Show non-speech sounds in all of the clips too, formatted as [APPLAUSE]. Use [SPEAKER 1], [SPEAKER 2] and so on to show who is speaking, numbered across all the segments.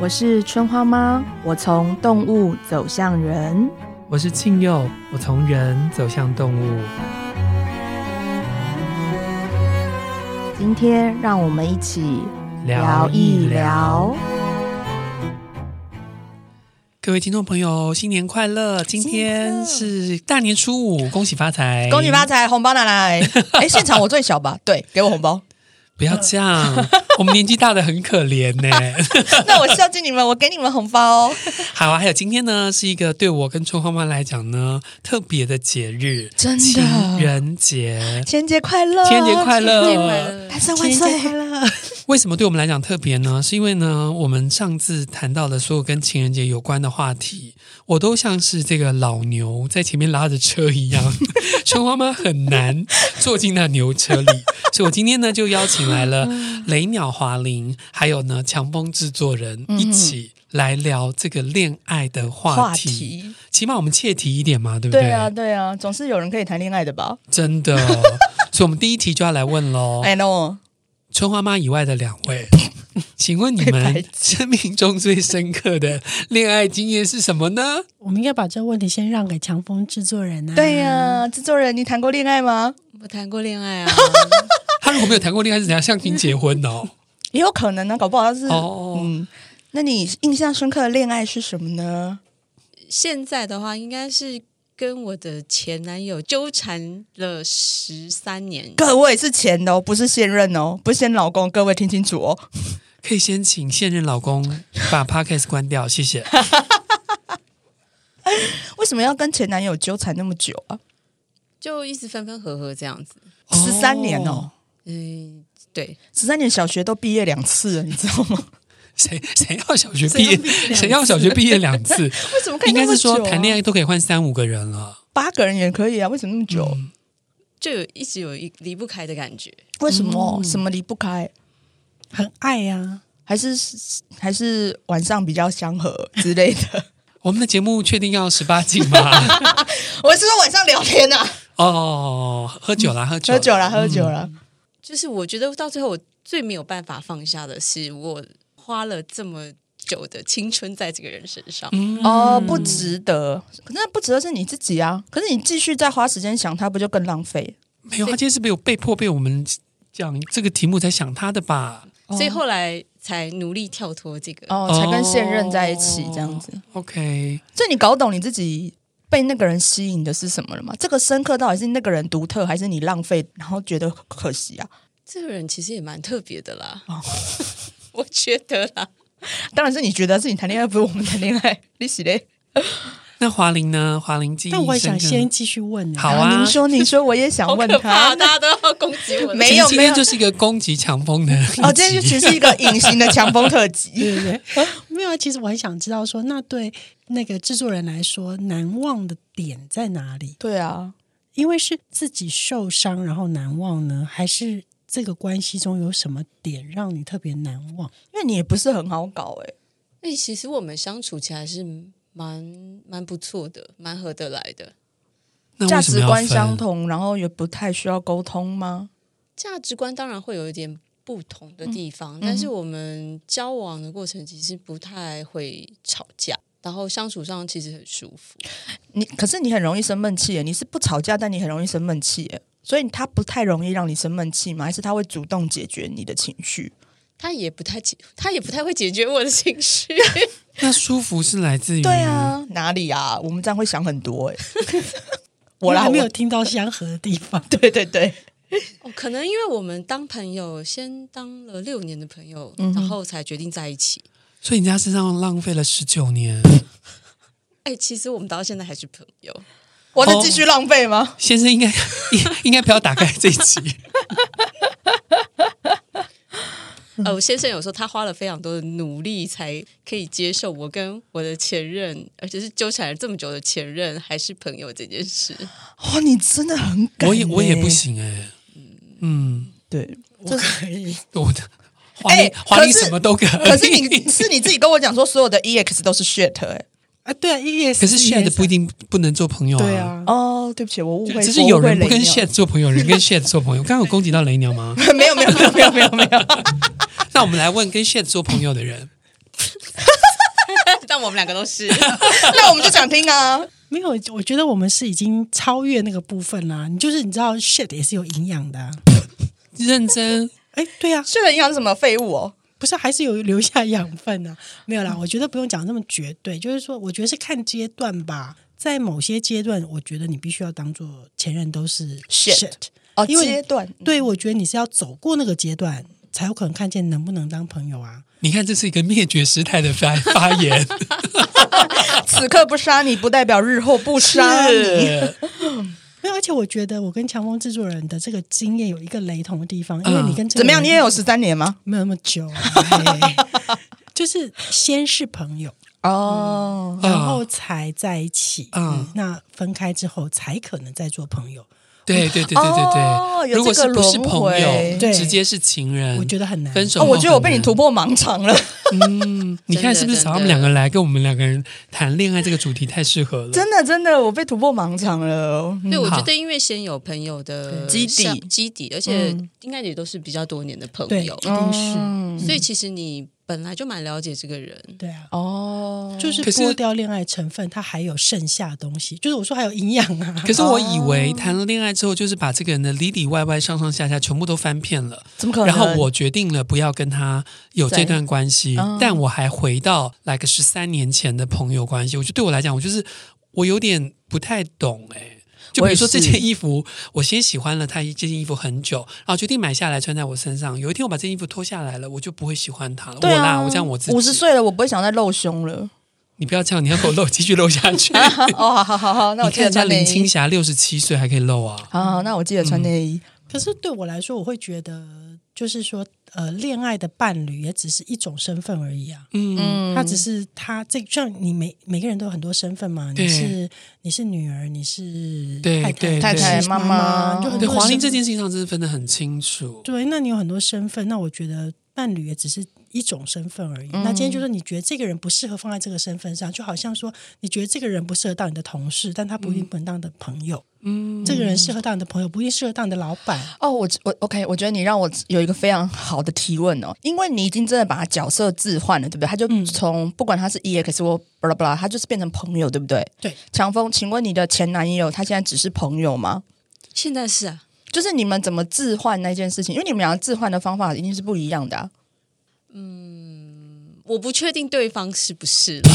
[SPEAKER 1] 我是春花妈，我从动物走向人。
[SPEAKER 2] 我是庆佑，我从人走向动物。
[SPEAKER 1] 今天让我们一起
[SPEAKER 2] 聊一聊，各位听众朋友，新年快乐！今天是大年初五，恭喜发财！
[SPEAKER 3] 恭喜发！财，红包拿 [LAUGHS] 来！哎，现场我最小吧？对，给我红包。
[SPEAKER 2] 不要这样，我们年纪大的很可怜
[SPEAKER 3] [LAUGHS]
[SPEAKER 2] 呢、
[SPEAKER 3] [LAUGHS] 那我孝敬你们，我给你们红包。哦
[SPEAKER 2] 好啊，还有今天呢，是一个对我跟春花妈来讲呢特别的节日，
[SPEAKER 3] 真的
[SPEAKER 2] 情人节。
[SPEAKER 3] 情节快乐，
[SPEAKER 2] 情人节快乐
[SPEAKER 3] 单身万岁！
[SPEAKER 2] 为什么对我们来讲特别呢？是因为呢，我们上次谈到的所有跟情人节有关的话题，我都像是这个老牛在前面拉着车一样， [LAUGHS] 春花妈很难坐进那牛车里，所以我今天呢就邀请来了雷鸟华林，还有呢强风制作人一起来聊这个恋爱的话
[SPEAKER 3] 话
[SPEAKER 2] 题，
[SPEAKER 3] 题，
[SPEAKER 2] 起码我们切题一点嘛，对不
[SPEAKER 3] 对啊，对啊，总是有人可以谈恋爱的吧
[SPEAKER 2] 真的，哦所以我们第一题就要来问喽。
[SPEAKER 3] ？I know，
[SPEAKER 2] 春花妈以外的两位，请问你
[SPEAKER 3] 被排
[SPEAKER 2] 们
[SPEAKER 3] 挤
[SPEAKER 2] 生命中最深刻的恋爱经验是什么呢？
[SPEAKER 4] 我们应该把这个问题先让给强风制作人
[SPEAKER 2] 嗯
[SPEAKER 4] 啊。
[SPEAKER 3] 对呀，制作人，你谈过恋爱吗？
[SPEAKER 5] 我谈过恋爱啊， [LAUGHS]
[SPEAKER 2] 他如果没有谈过恋爱，是怎样相亲结婚哦？
[SPEAKER 3] 也有可能呢，搞不好他是。
[SPEAKER 2] 哦
[SPEAKER 3] 嗯，那你印象深刻的恋爱是什么呢？
[SPEAKER 5] 现在的话应该是跟我的前男友纠缠了十三年。
[SPEAKER 3] 各位是前的哦，不是现任哦，不是现老公，各位听清楚哦。
[SPEAKER 2] 可以先请现任老公把 podcast 关掉，谢谢。
[SPEAKER 3] 为什么要跟前男友纠缠那么久啊？
[SPEAKER 5] 就一直分分合合这样子。
[SPEAKER 3] 十三年哦，
[SPEAKER 5] 嗯，对，
[SPEAKER 3] 十三年小学都毕业两次了，你知
[SPEAKER 2] [LAUGHS]
[SPEAKER 3] 道吗？
[SPEAKER 2] 谁谁要小学毕业？谁
[SPEAKER 4] 谁
[SPEAKER 2] 要小学毕业两次？
[SPEAKER 3] 为什么可以
[SPEAKER 2] 应该
[SPEAKER 3] 那么
[SPEAKER 2] 是
[SPEAKER 3] 久啊、
[SPEAKER 2] 说谈恋爱都可以换三五个人了。
[SPEAKER 3] 八个人也可以啊，为什么那么久？
[SPEAKER 2] 嗯
[SPEAKER 5] 就有一直有一离不开的感觉。
[SPEAKER 3] 为什么、
[SPEAKER 2] 嗯
[SPEAKER 3] 什么离不开？
[SPEAKER 4] 很爱啊呀、
[SPEAKER 3] 还是还是晚上比较相合之类的？ [LAUGHS]
[SPEAKER 2] 我们的节目确定要十八禁吗？
[SPEAKER 3] 我是说晚上聊天啊，
[SPEAKER 2] 哦，喝酒啦，喝酒，
[SPEAKER 3] 喝酒啦，喝酒啦。
[SPEAKER 5] 就是我觉得到最后我最没有办法放下的是，我花了这么久的青春在这个人身上。
[SPEAKER 3] 哦，不值得。可是那不值得是你自己啊。可是你继续再花时间想他，不就更浪费？
[SPEAKER 2] 没有，他今天是没有被迫被我们讲这个题目才想他的吧
[SPEAKER 5] 所以后来才努力跳脱这个。
[SPEAKER 3] 哦，才跟现任在一起这样子。
[SPEAKER 2] ？OK，
[SPEAKER 3] 所以你搞懂你自己被那个人吸引的是什么了吗？这个深刻到底是那个人独特，还是你浪费然后觉得可惜啊？
[SPEAKER 5] 这个人其实也蛮特别的啦，
[SPEAKER 3] 哦
[SPEAKER 5] [LAUGHS] 我觉得啦。
[SPEAKER 3] 当然是你觉得是你谈恋爱，不是我们谈恋爱。你喜嘞？
[SPEAKER 2] 那华玲呢？华玲记忆
[SPEAKER 4] 但我也
[SPEAKER 2] 深
[SPEAKER 4] 想
[SPEAKER 2] 刻
[SPEAKER 4] 先继续问呢、
[SPEAKER 2] 好啊
[SPEAKER 3] 您说，您说，我也想
[SPEAKER 5] [LAUGHS] 好
[SPEAKER 3] 问
[SPEAKER 5] 可怕
[SPEAKER 3] 他
[SPEAKER 5] 哦，。大家都要攻击
[SPEAKER 3] [LAUGHS]
[SPEAKER 5] 我了。
[SPEAKER 3] 没哎有
[SPEAKER 2] 其实今
[SPEAKER 3] 没
[SPEAKER 2] 天
[SPEAKER 3] 有
[SPEAKER 2] 就是一个攻击强风的
[SPEAKER 3] 哦，今天就只是一个隐形的强风特辑。
[SPEAKER 4] 对不对？没有啊，其实我很想知道说，那对那个制作人来说，难忘的点在哪里？
[SPEAKER 3] 对啊，
[SPEAKER 4] 因为是自己受伤然后难忘呢，还是这个关系中有什么点让你特别难忘？
[SPEAKER 3] 因为你也不是很好搞哎、
[SPEAKER 5] 哎、其实我们相处起来是蛮蛮不错的，蛮合得来的。
[SPEAKER 2] 那
[SPEAKER 3] 价
[SPEAKER 2] 为什么
[SPEAKER 3] 值
[SPEAKER 2] 要
[SPEAKER 3] 观
[SPEAKER 2] 分
[SPEAKER 3] 相。同，然后也不太需要沟通吗？
[SPEAKER 5] 价值观当然会有一点不同的地方，但是我们交往的过程其实不太会吵架，然后相处上其实很舒服。
[SPEAKER 3] 你可是你很容易生闷气耶，你是不吵架，但你很容易生闷气耶，所以他不太容易让你生闷气吗？还是他会主动解决你的情绪？
[SPEAKER 5] 他也不太解，他也不太会解决我的情绪。 [LAUGHS]
[SPEAKER 2] 那舒服是来自于
[SPEAKER 3] 对，啊，哪里啊？我们这样会想很多哎、我
[SPEAKER 4] 我
[SPEAKER 3] 啦，
[SPEAKER 4] 还没有
[SPEAKER 3] 我
[SPEAKER 4] 听到相合的地方。
[SPEAKER 3] 对对对，
[SPEAKER 5] 哦，可能因为我们当朋友，先当了六年的朋友，然后才决定在一起。
[SPEAKER 2] 所以人家身上浪费了十九年， [LAUGHS]
[SPEAKER 5] 哎、其实我们到现在还是朋友。
[SPEAKER 3] 我能继续浪费吗？
[SPEAKER 2] 先生应该 [LAUGHS] 应应该不要打开这一
[SPEAKER 3] [LAUGHS]
[SPEAKER 2] 集。
[SPEAKER 5] 呃，我先生有说他花了非常多的努力才可以接受我跟我的前任，而且是纠缠了这么久的前任还是朋友这件事。 [LAUGHS]
[SPEAKER 3] 哦，你真的很敢、
[SPEAKER 2] 我也我也不
[SPEAKER 3] 哎，
[SPEAKER 2] 行哎，嗯，
[SPEAKER 3] 对。
[SPEAKER 4] 我可以，
[SPEAKER 2] 我的华
[SPEAKER 3] 哎
[SPEAKER 2] 玲华玲
[SPEAKER 3] 可是
[SPEAKER 2] 什么都可以，
[SPEAKER 3] 可
[SPEAKER 2] [LAUGHS]
[SPEAKER 3] 是你是你自己跟我讲说，所有的 EX 都是 shit 哎、
[SPEAKER 4] 啊，对啊，也
[SPEAKER 2] 可是 shit 不一定不能做朋友
[SPEAKER 4] 对。啊，
[SPEAKER 3] 哦，对不起，我误会，
[SPEAKER 2] 只是有人
[SPEAKER 3] 我
[SPEAKER 2] 不
[SPEAKER 3] 误会
[SPEAKER 2] 跟
[SPEAKER 3] 雷鸟
[SPEAKER 2] shit 做朋友，人跟 shit 做朋友。刚刚有攻击到雷鸟吗？ [LAUGHS]
[SPEAKER 3] [LAUGHS] 没有没有没有没有没有没有， [LAUGHS]
[SPEAKER 2] 那我们来问跟 shit 做朋友的人，
[SPEAKER 5] 但我们两个都是。
[SPEAKER 3] 那我们就想听啊。
[SPEAKER 4] [LAUGHS] 没有，我觉得我们是已经超越那个部分啦。你就是你知道，shit 也是有营养的、啊。
[SPEAKER 2] 认真，
[SPEAKER 4] 哎，对呀、
[SPEAKER 3] 睡得营养是什么废物哦？
[SPEAKER 4] 不是还是有留下养分啊？ [LAUGHS] 没有啦，我觉得不用讲那么绝对，就是说，我觉得是看阶段吧。在某些阶段，我觉得你必须要当做前任都是
[SPEAKER 3] Shit 哦，
[SPEAKER 4] 因为
[SPEAKER 3] 阶段
[SPEAKER 4] 对，我觉得你是要走过那个阶段，才有可能看见能不能当朋友啊。
[SPEAKER 2] 你看这是一个灭绝师太的发发
[SPEAKER 3] [LAUGHS]
[SPEAKER 2] 言，
[SPEAKER 3] 此刻不杀你，不代表日后不杀你。
[SPEAKER 2] 是
[SPEAKER 4] 没有，而且我觉得我跟强风制作人的这个经验有一个雷同的地方，因为你跟这个
[SPEAKER 3] 嗯怎么样？
[SPEAKER 4] 人
[SPEAKER 3] 你也有十三年吗？
[SPEAKER 4] 没有那么久、啊，嘿 [LAUGHS] 就是先是朋友，
[SPEAKER 3] 哦，
[SPEAKER 4] 然后才在一起。
[SPEAKER 2] 嗯
[SPEAKER 3] 啊
[SPEAKER 4] 嗯，那分开之后才可能再做朋友，
[SPEAKER 2] 对对对对对对，
[SPEAKER 3] 哦有
[SPEAKER 2] 如果
[SPEAKER 3] 这
[SPEAKER 2] 是
[SPEAKER 3] 个
[SPEAKER 2] 不是朋友
[SPEAKER 3] 轮，
[SPEAKER 4] 回
[SPEAKER 2] 直接是情人，
[SPEAKER 4] 我觉得很难。
[SPEAKER 2] 嗯分手
[SPEAKER 3] 哦，
[SPEAKER 2] 后很难、
[SPEAKER 3] 我觉得我被你突破盲肠了，
[SPEAKER 2] 嗯，你看是不是找他们两个来跟我们两个人谈恋爱这个主题太适合了？
[SPEAKER 3] 真的真的，我被突破盲肠了。
[SPEAKER 5] [LAUGHS] 对，我
[SPEAKER 2] 好
[SPEAKER 5] 觉得因为先有朋友
[SPEAKER 3] 对
[SPEAKER 5] 的
[SPEAKER 3] 基底
[SPEAKER 5] 像基底，而且应该也都是比较多年的朋
[SPEAKER 4] 对，一
[SPEAKER 5] 友，
[SPEAKER 4] 定是、
[SPEAKER 3] 哦
[SPEAKER 2] 嗯
[SPEAKER 3] 嗯
[SPEAKER 5] 所以其实你本来就蛮了解这个人。
[SPEAKER 4] 对啊。
[SPEAKER 3] 哦，
[SPEAKER 4] 就是
[SPEAKER 2] 可是
[SPEAKER 4] 剥掉恋爱成分，它还有剩下东西，就是我说还有营养啊。
[SPEAKER 2] [LAUGHS] 可是我以为
[SPEAKER 3] 哦
[SPEAKER 2] 谈了恋爱之后，就是把这个人的里里外外、上上下下全部都翻遍了，
[SPEAKER 3] 怎么可能？
[SPEAKER 2] 然后我决定了不要跟他有这段关系
[SPEAKER 3] 在嗯，
[SPEAKER 2] 但我还回到来个十三年前的朋友关系。我觉得对我来讲，我就是我有点不太懂哎、就比如说
[SPEAKER 3] 我也
[SPEAKER 2] 这
[SPEAKER 3] 是
[SPEAKER 2] 件衣服，我先喜欢了它一这件衣服很久，然后决定买下来穿在我身上。有一天我把这件衣服脱下来了，我就不会喜欢它了。
[SPEAKER 3] 对
[SPEAKER 2] 我啦，
[SPEAKER 3] 啊，
[SPEAKER 2] 我这样我自己。
[SPEAKER 3] 五十，岁了，我不会想再露胸了。 [LAUGHS]
[SPEAKER 2] 你不要这样，你要给我露，继续露下去。
[SPEAKER 3] 哦，好好好好，那我
[SPEAKER 2] 你
[SPEAKER 3] 记
[SPEAKER 2] 看人家
[SPEAKER 3] 得穿内
[SPEAKER 2] 林青
[SPEAKER 3] 衣。
[SPEAKER 2] 霞六十七岁还可以露啊。
[SPEAKER 3] 好好，那我记得穿内衣。
[SPEAKER 4] 可是对我来说，我会觉得就是说，呃，恋爱的伴侣也只是一种身份而已啊。
[SPEAKER 2] 嗯，
[SPEAKER 4] 他只是他这像你每每个人都有很多身份嘛，
[SPEAKER 2] 对
[SPEAKER 4] 你是你是女儿，你是
[SPEAKER 2] 对
[SPEAKER 4] 太
[SPEAKER 2] 对
[SPEAKER 4] 太、
[SPEAKER 2] 太太
[SPEAKER 4] 你是
[SPEAKER 3] 妈
[SPEAKER 4] 妈
[SPEAKER 3] 妈
[SPEAKER 4] 就很
[SPEAKER 2] 对，
[SPEAKER 4] 多
[SPEAKER 2] 黄龄
[SPEAKER 4] 身
[SPEAKER 2] 这件事情上真的分得很清楚。
[SPEAKER 4] 对，那你有很多身份，那我觉得伴侣也只是一种身份而已。那今天
[SPEAKER 2] 嗯
[SPEAKER 4] 就是你觉得这个人不适合放在这个身份上，就好像说你觉得这个人不适合当你的同事，但他不
[SPEAKER 2] 嗯
[SPEAKER 4] 一定不能当你的朋友。嗯，这个人适合当你的朋友，不一定适合当你的老板。
[SPEAKER 2] [LAUGHS]
[SPEAKER 3] 哦，我我 OK，我觉得你让我有一个非常好的提问哦，因为你已经真的把他角色置换了，对不对？他就从、不管他是 EX 或巴拉巴拉，他就是变成朋友，对不对？
[SPEAKER 4] 对，
[SPEAKER 3] 强风，请问你的前男友他现在只是朋友吗？
[SPEAKER 5] 现在是啊，
[SPEAKER 3] 就是你们怎么置换那件事情？因为你们两个置换的方法一定是不一样的、啊。
[SPEAKER 5] 我不确定对方是不是啦，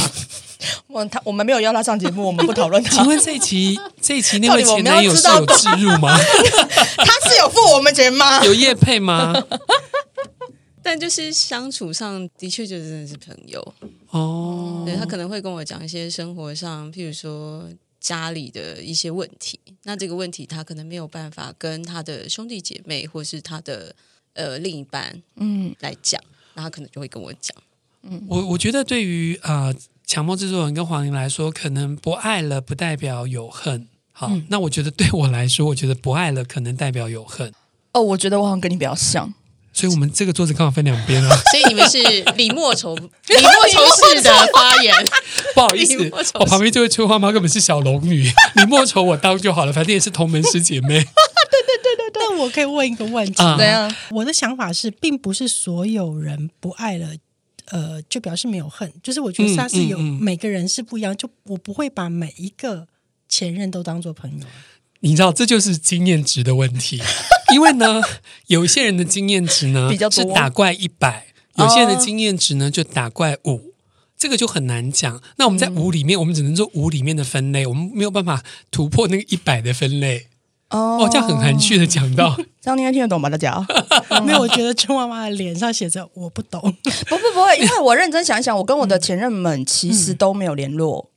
[SPEAKER 3] 我他我们没有邀他上节目，我们不讨论
[SPEAKER 2] [LAUGHS]
[SPEAKER 3] 他
[SPEAKER 2] 请，问这一期这一期那位前男友是
[SPEAKER 3] 到
[SPEAKER 2] 有
[SPEAKER 3] 底我
[SPEAKER 2] 置入吗？
[SPEAKER 3] 他是有付我们钱
[SPEAKER 2] [LAUGHS]
[SPEAKER 3] 吗？
[SPEAKER 2] 有叶配吗？
[SPEAKER 5] 但就是相处上的确就真的是朋友。
[SPEAKER 2] 哦，
[SPEAKER 5] 对他可能会跟我讲一些生活上，譬如说家里的一些问题。那这个问题他可能没有办法跟他的兄弟姐妹或是他的呃另一半
[SPEAKER 3] 嗯，
[SPEAKER 5] 来讲，那他可能就会跟我讲。
[SPEAKER 2] 我我觉得对于呃强迫制作人跟黄龄来说，可能不爱了不代表有恨。好，那我觉得对我来说，我觉得不爱了可能代表有恨，
[SPEAKER 3] 哦，我觉得我好像跟你比较像，
[SPEAKER 2] 所以我们这个桌子刚好分两边
[SPEAKER 5] [LAUGHS]
[SPEAKER 2] 啊。
[SPEAKER 5] 所以你们
[SPEAKER 3] [LAUGHS]
[SPEAKER 5] 是李莫愁李莫愁式的发言， [LAUGHS]
[SPEAKER 2] 不好意思
[SPEAKER 5] 李莫愁，
[SPEAKER 2] 我旁边这位春花妈根本是小龙女，你莫愁我当就好了，反正也是同门师姐妹
[SPEAKER 4] 但我可以问一个问题，
[SPEAKER 2] 啊
[SPEAKER 3] 怎。样？
[SPEAKER 4] 我的想法是，并不是所有人不爱了。呃，就表示没有恨，就是我觉得
[SPEAKER 2] 嗯
[SPEAKER 4] 他是有、
[SPEAKER 2] 嗯嗯
[SPEAKER 4] 每个人是不一样，就我不会把每一个前任都当做朋友。
[SPEAKER 2] 你知道，这就是经验值的问题。 [LAUGHS] 因为呢，有一些人的经验值呢
[SPEAKER 3] 比较
[SPEAKER 2] 是
[SPEAKER 3] 多哦
[SPEAKER 2] 打怪一百，有些人的经验值呢就打怪五。这个就很难讲。那我们
[SPEAKER 3] 嗯
[SPEAKER 2] 在五里面，我们只能做五里面的分类，我们没有办法突破那个一百的分类。
[SPEAKER 3] 哦
[SPEAKER 2] 哦，这样很含蓄的讲
[SPEAKER 3] [LAUGHS]
[SPEAKER 2] 到，
[SPEAKER 3] 这样你应该听得懂吧，大家？
[SPEAKER 2] 哦
[SPEAKER 4] 没有，我觉得春妈妈的脸上写着“我不懂
[SPEAKER 3] 不不不会，因为我认真想一想，我跟我的前任们其实都没有联
[SPEAKER 2] 嗯
[SPEAKER 3] 络。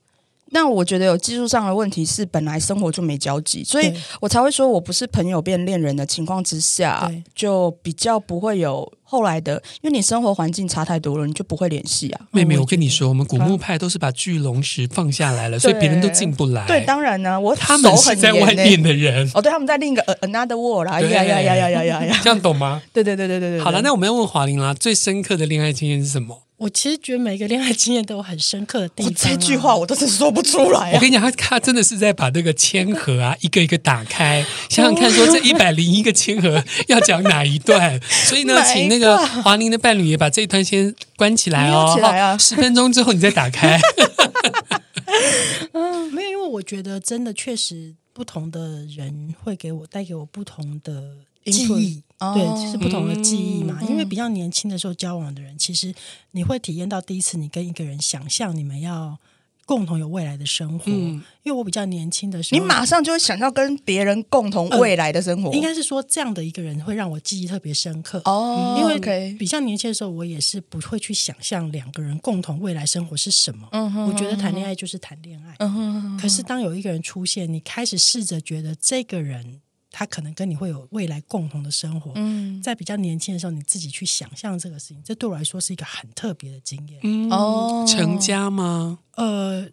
[SPEAKER 3] 那我觉得有技术上的问题是，本来生活就没交集，”，所以
[SPEAKER 4] 对
[SPEAKER 3] 我才会说我不是朋友变恋人的情况之下
[SPEAKER 4] 对，
[SPEAKER 3] 就比较不会有后来的，因为你生活环境差太多了，你就不会联系啊。
[SPEAKER 2] 妹妹，
[SPEAKER 4] 我
[SPEAKER 2] 我跟你说，我们古墓派都是把巨龙石放下来了，所以别人都进不来。
[SPEAKER 3] 哎对，当然呢，我
[SPEAKER 2] 他
[SPEAKER 3] 手
[SPEAKER 2] 们是
[SPEAKER 3] 很
[SPEAKER 2] 在
[SPEAKER 3] 严
[SPEAKER 2] 外
[SPEAKER 3] 呢
[SPEAKER 2] 面的人，
[SPEAKER 3] 哦，对，他们在另一个呃 another world 啦，
[SPEAKER 2] 对
[SPEAKER 3] 呀呀呀呀呀呀呀，
[SPEAKER 2] 这样懂吗？
[SPEAKER 3] 对对对对对对。对
[SPEAKER 2] 好了，那我们要问华玲啦，最深刻的恋爱经验是什么？
[SPEAKER 4] 我其实觉得每个恋爱经验都有很深刻的地
[SPEAKER 3] 我
[SPEAKER 4] 方、啊
[SPEAKER 2] 啊
[SPEAKER 3] 这句话，我都是说不出来
[SPEAKER 2] [LAUGHS] 我
[SPEAKER 3] 啊。
[SPEAKER 2] 跟你讲，他他真的是在把这个铅盒啊，一个一个打开，想想看，说
[SPEAKER 3] [LAUGHS]
[SPEAKER 2] 这一百零一个铅盒要讲哪一段。所以呢，
[SPEAKER 3] 哪一
[SPEAKER 2] 请那个华宁的伴侣也把这一段先关起来哦
[SPEAKER 3] 关，起来
[SPEAKER 2] [LAUGHS]
[SPEAKER 3] 啊
[SPEAKER 2] 十分钟之后你再打
[SPEAKER 3] [LAUGHS]
[SPEAKER 2] 开。
[SPEAKER 4] 嗯，没有，因为我觉得真的确实不同的人会给我带给我不同的记忆。
[SPEAKER 3] Input
[SPEAKER 4] 对
[SPEAKER 3] 哦，嗯
[SPEAKER 4] 就是不同的记忆嘛。因为比较年轻的时候交往的人，其实你会体验到第一次，你跟一个人想象你们要共同有未来的生活。因为我比较年轻的时
[SPEAKER 3] 嗯你
[SPEAKER 4] 候，
[SPEAKER 3] 马上就会想要跟别人共同
[SPEAKER 2] 嗯
[SPEAKER 3] 未来的生活，
[SPEAKER 4] 应该是说这样的一个人会让我记忆特别深刻。
[SPEAKER 3] 哦，
[SPEAKER 4] 因
[SPEAKER 3] OK
[SPEAKER 4] 为比较年轻的时候，我也是不会去想象两个人共同未来生活是什么。
[SPEAKER 3] 嗯
[SPEAKER 4] 我觉得谈恋爱就是谈恋爱。可是当有一个人出现，你开始试着觉得这个人他可能跟你会有未来共同的生活。
[SPEAKER 3] 嗯
[SPEAKER 4] 在比较年轻的时候，你自己去想象这个事情，这对我来说是一个很特别的经验。
[SPEAKER 3] 哦
[SPEAKER 2] 嗯成家吗？
[SPEAKER 4] 呃，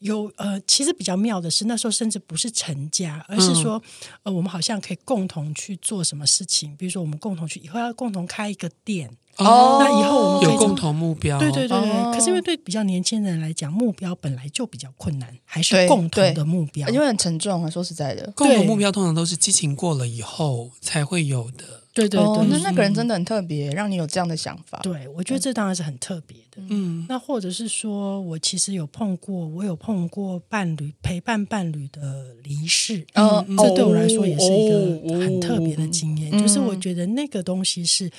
[SPEAKER 4] 有呃，其实比较妙的是，那时候甚至不是成家，而
[SPEAKER 3] 嗯
[SPEAKER 4] 是说，呃，我们好像可以共同去做什么事情，比如说我们共同去以后要共同开一个店，
[SPEAKER 3] 哦
[SPEAKER 4] 那以后我们可以
[SPEAKER 2] 有共
[SPEAKER 4] 从。
[SPEAKER 2] 同目标，
[SPEAKER 4] 对对对对，
[SPEAKER 3] 哦
[SPEAKER 4] 可是因为对比较年轻人来讲，目标本来就比较困难，还
[SPEAKER 3] 对
[SPEAKER 4] 是共
[SPEAKER 3] 对
[SPEAKER 4] 同的目标。
[SPEAKER 3] 因为很沉重啊，说实在的，
[SPEAKER 2] 共同
[SPEAKER 4] 对
[SPEAKER 2] 目标通常都是激情过了以后才会有的。
[SPEAKER 4] 对对
[SPEAKER 3] 哦
[SPEAKER 4] 对，，
[SPEAKER 3] 那那个人真的很特别，让你有这样的想法，
[SPEAKER 4] 对，我觉得这当然是很特别的。
[SPEAKER 2] 嗯，
[SPEAKER 4] 那或者是说我其实有碰过，我有碰过伴侣陪伴伴侣的离世，
[SPEAKER 3] 嗯嗯
[SPEAKER 4] 这对我来说也是一
[SPEAKER 5] 哦
[SPEAKER 4] 个很特别的经验，
[SPEAKER 3] 嗯
[SPEAKER 4] 就是我觉得那个东西是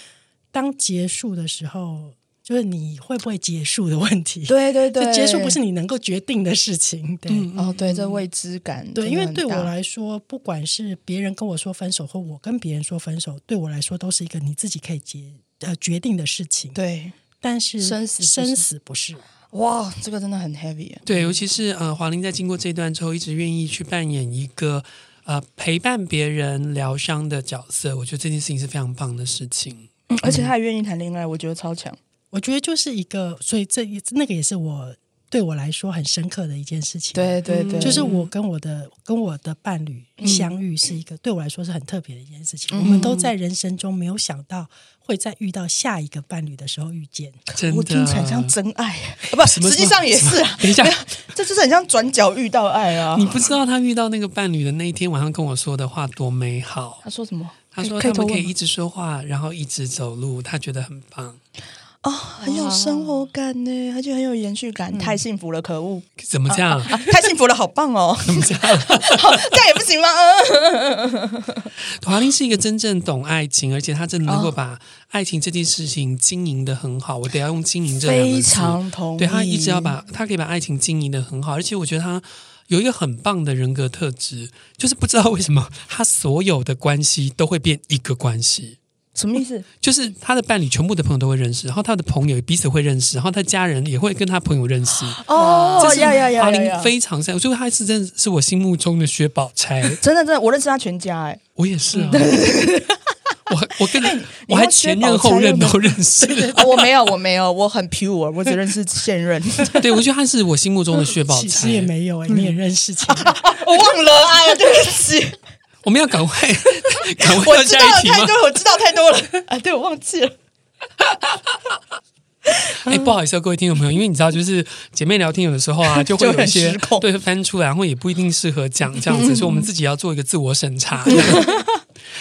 [SPEAKER 4] 当结束的时候，就是你会不会结束的问题。
[SPEAKER 3] 对对
[SPEAKER 4] 就
[SPEAKER 3] 对，
[SPEAKER 4] 结束不是你能够决定的事情，对。
[SPEAKER 3] 哦，对，这未知感真的
[SPEAKER 4] 对，
[SPEAKER 3] 很大，
[SPEAKER 4] 因为对我来说，不管是别人跟我说分手，或我跟别人说分手，对我来说都是一个你自己可以决呃决定的事情。
[SPEAKER 3] 对，
[SPEAKER 4] 但是
[SPEAKER 3] 生死不是
[SPEAKER 4] 生死不是，
[SPEAKER 3] 哇，这个真的很 heavy，
[SPEAKER 2] 对，尤其是呃，华玲在经过这段之后，一直愿意去扮演一个呃陪伴别人疗伤的角色，我觉得这件事情是非常棒的事情。
[SPEAKER 3] 嗯而且他还愿意谈恋爱，我觉得超强，
[SPEAKER 4] 我觉得就是一个，所以这那个也是我对我来说很深刻的一件事情。，
[SPEAKER 3] 对嗯对对，
[SPEAKER 4] 就是我跟我的跟我的伴侣相遇是一个、对我来说是很特别的一件事
[SPEAKER 3] 嗯
[SPEAKER 4] 情。我们都在人生中没有想到会在遇到下一个伴侣的时候遇见。
[SPEAKER 2] 真的，
[SPEAKER 3] 我听起来像 [LAUGHS] 真爱啊，啊不，
[SPEAKER 2] 么
[SPEAKER 3] 实际上也是啊，
[SPEAKER 2] [LAUGHS] 等一下
[SPEAKER 3] 没有，这就是很像转角遇到爱啊
[SPEAKER 2] 你。不知道他遇到那个伴侣的那一天晚上跟我说的话多美好。
[SPEAKER 3] 他说什么？
[SPEAKER 2] 他说
[SPEAKER 3] 可以
[SPEAKER 2] 他们
[SPEAKER 3] 偷
[SPEAKER 2] 可
[SPEAKER 3] 哎问
[SPEAKER 2] 以
[SPEAKER 3] 吗
[SPEAKER 2] 一直说话，然后一直走路，他觉得很棒。
[SPEAKER 3] 哦，很有生活感呢，而且很有延续
[SPEAKER 4] 嗯
[SPEAKER 3] 感，太幸福了，可恶，
[SPEAKER 2] 怎么这样？
[SPEAKER 3] 啊 [LAUGHS] 太幸福了，好棒哦，
[SPEAKER 2] 怎么这样？
[SPEAKER 3] [LAUGHS] 好，这样也不行吗？
[SPEAKER 2] [LAUGHS]
[SPEAKER 3] 嗯
[SPEAKER 2] 华玲是一个真正懂爱情，而且她真的能
[SPEAKER 3] 啊
[SPEAKER 2] 够把爱情这件事情经营的很好。我得要用经营这两个
[SPEAKER 3] 非
[SPEAKER 2] 字。
[SPEAKER 3] 常同意，
[SPEAKER 2] 对他一直要把他可以把爱情经营的很好，而且我觉得他有一个很棒的人格特质，就是不知道为什么他所有的关系都会变一个关系。
[SPEAKER 3] 什么
[SPEAKER 2] [LAUGHS]
[SPEAKER 3] 意思？
[SPEAKER 2] 就是他的伴侣，全部的朋友都会认识，然后他的朋友也彼此会认识，然后他家人也会跟他朋友认识。
[SPEAKER 3] 哦
[SPEAKER 2] 这，是
[SPEAKER 3] 呀呀呀
[SPEAKER 2] 华
[SPEAKER 3] 呀
[SPEAKER 2] 玲
[SPEAKER 3] 呀！
[SPEAKER 2] 非常善，我觉得他是真的是我心目中的薛宝钗，
[SPEAKER 3] 真的真的，我认识他全家哎，
[SPEAKER 2] 我也
[SPEAKER 3] [LAUGHS]
[SPEAKER 2] 是啊。我我跟
[SPEAKER 3] 你
[SPEAKER 2] 我还
[SPEAKER 3] 用薛
[SPEAKER 2] 前
[SPEAKER 3] 宝
[SPEAKER 2] 任后
[SPEAKER 3] 钗
[SPEAKER 2] 任
[SPEAKER 3] 用
[SPEAKER 2] 都认识，
[SPEAKER 3] 啊，我没有， [LAUGHS] 我没有，我很 pure，我只认识现
[SPEAKER 2] [LAUGHS]
[SPEAKER 3] 任， [LAUGHS]
[SPEAKER 2] 对我觉得他是我心目中的薛宝钗。
[SPEAKER 4] 其实也没有哎、
[SPEAKER 3] 嗯
[SPEAKER 4] 你也认识其他
[SPEAKER 3] 我忘 [LAUGHS] 了，哎呀，对不起，
[SPEAKER 2] 我们要赶快 [LAUGHS] 赶快
[SPEAKER 3] [LAUGHS] 我
[SPEAKER 2] 到
[SPEAKER 3] 知
[SPEAKER 2] 下
[SPEAKER 3] 道了
[SPEAKER 2] 一题
[SPEAKER 3] 太
[SPEAKER 2] 吗？
[SPEAKER 3] 多，
[SPEAKER 2] [LAUGHS]
[SPEAKER 3] 我知道太多了，啊，对我忘记了，
[SPEAKER 2] [LAUGHS] 哎、不好意思、啊，各位听众朋友，因为你知道，就是姐妹聊天有的时候
[SPEAKER 3] [LAUGHS]
[SPEAKER 2] 啊，就会有一
[SPEAKER 3] 就
[SPEAKER 2] 些
[SPEAKER 3] 很失控
[SPEAKER 2] 对会翻出来，然后也不一定适合讲这样
[SPEAKER 3] [LAUGHS]
[SPEAKER 2] 子，所以我们自己要做一个自我审查。 [LAUGHS] 这样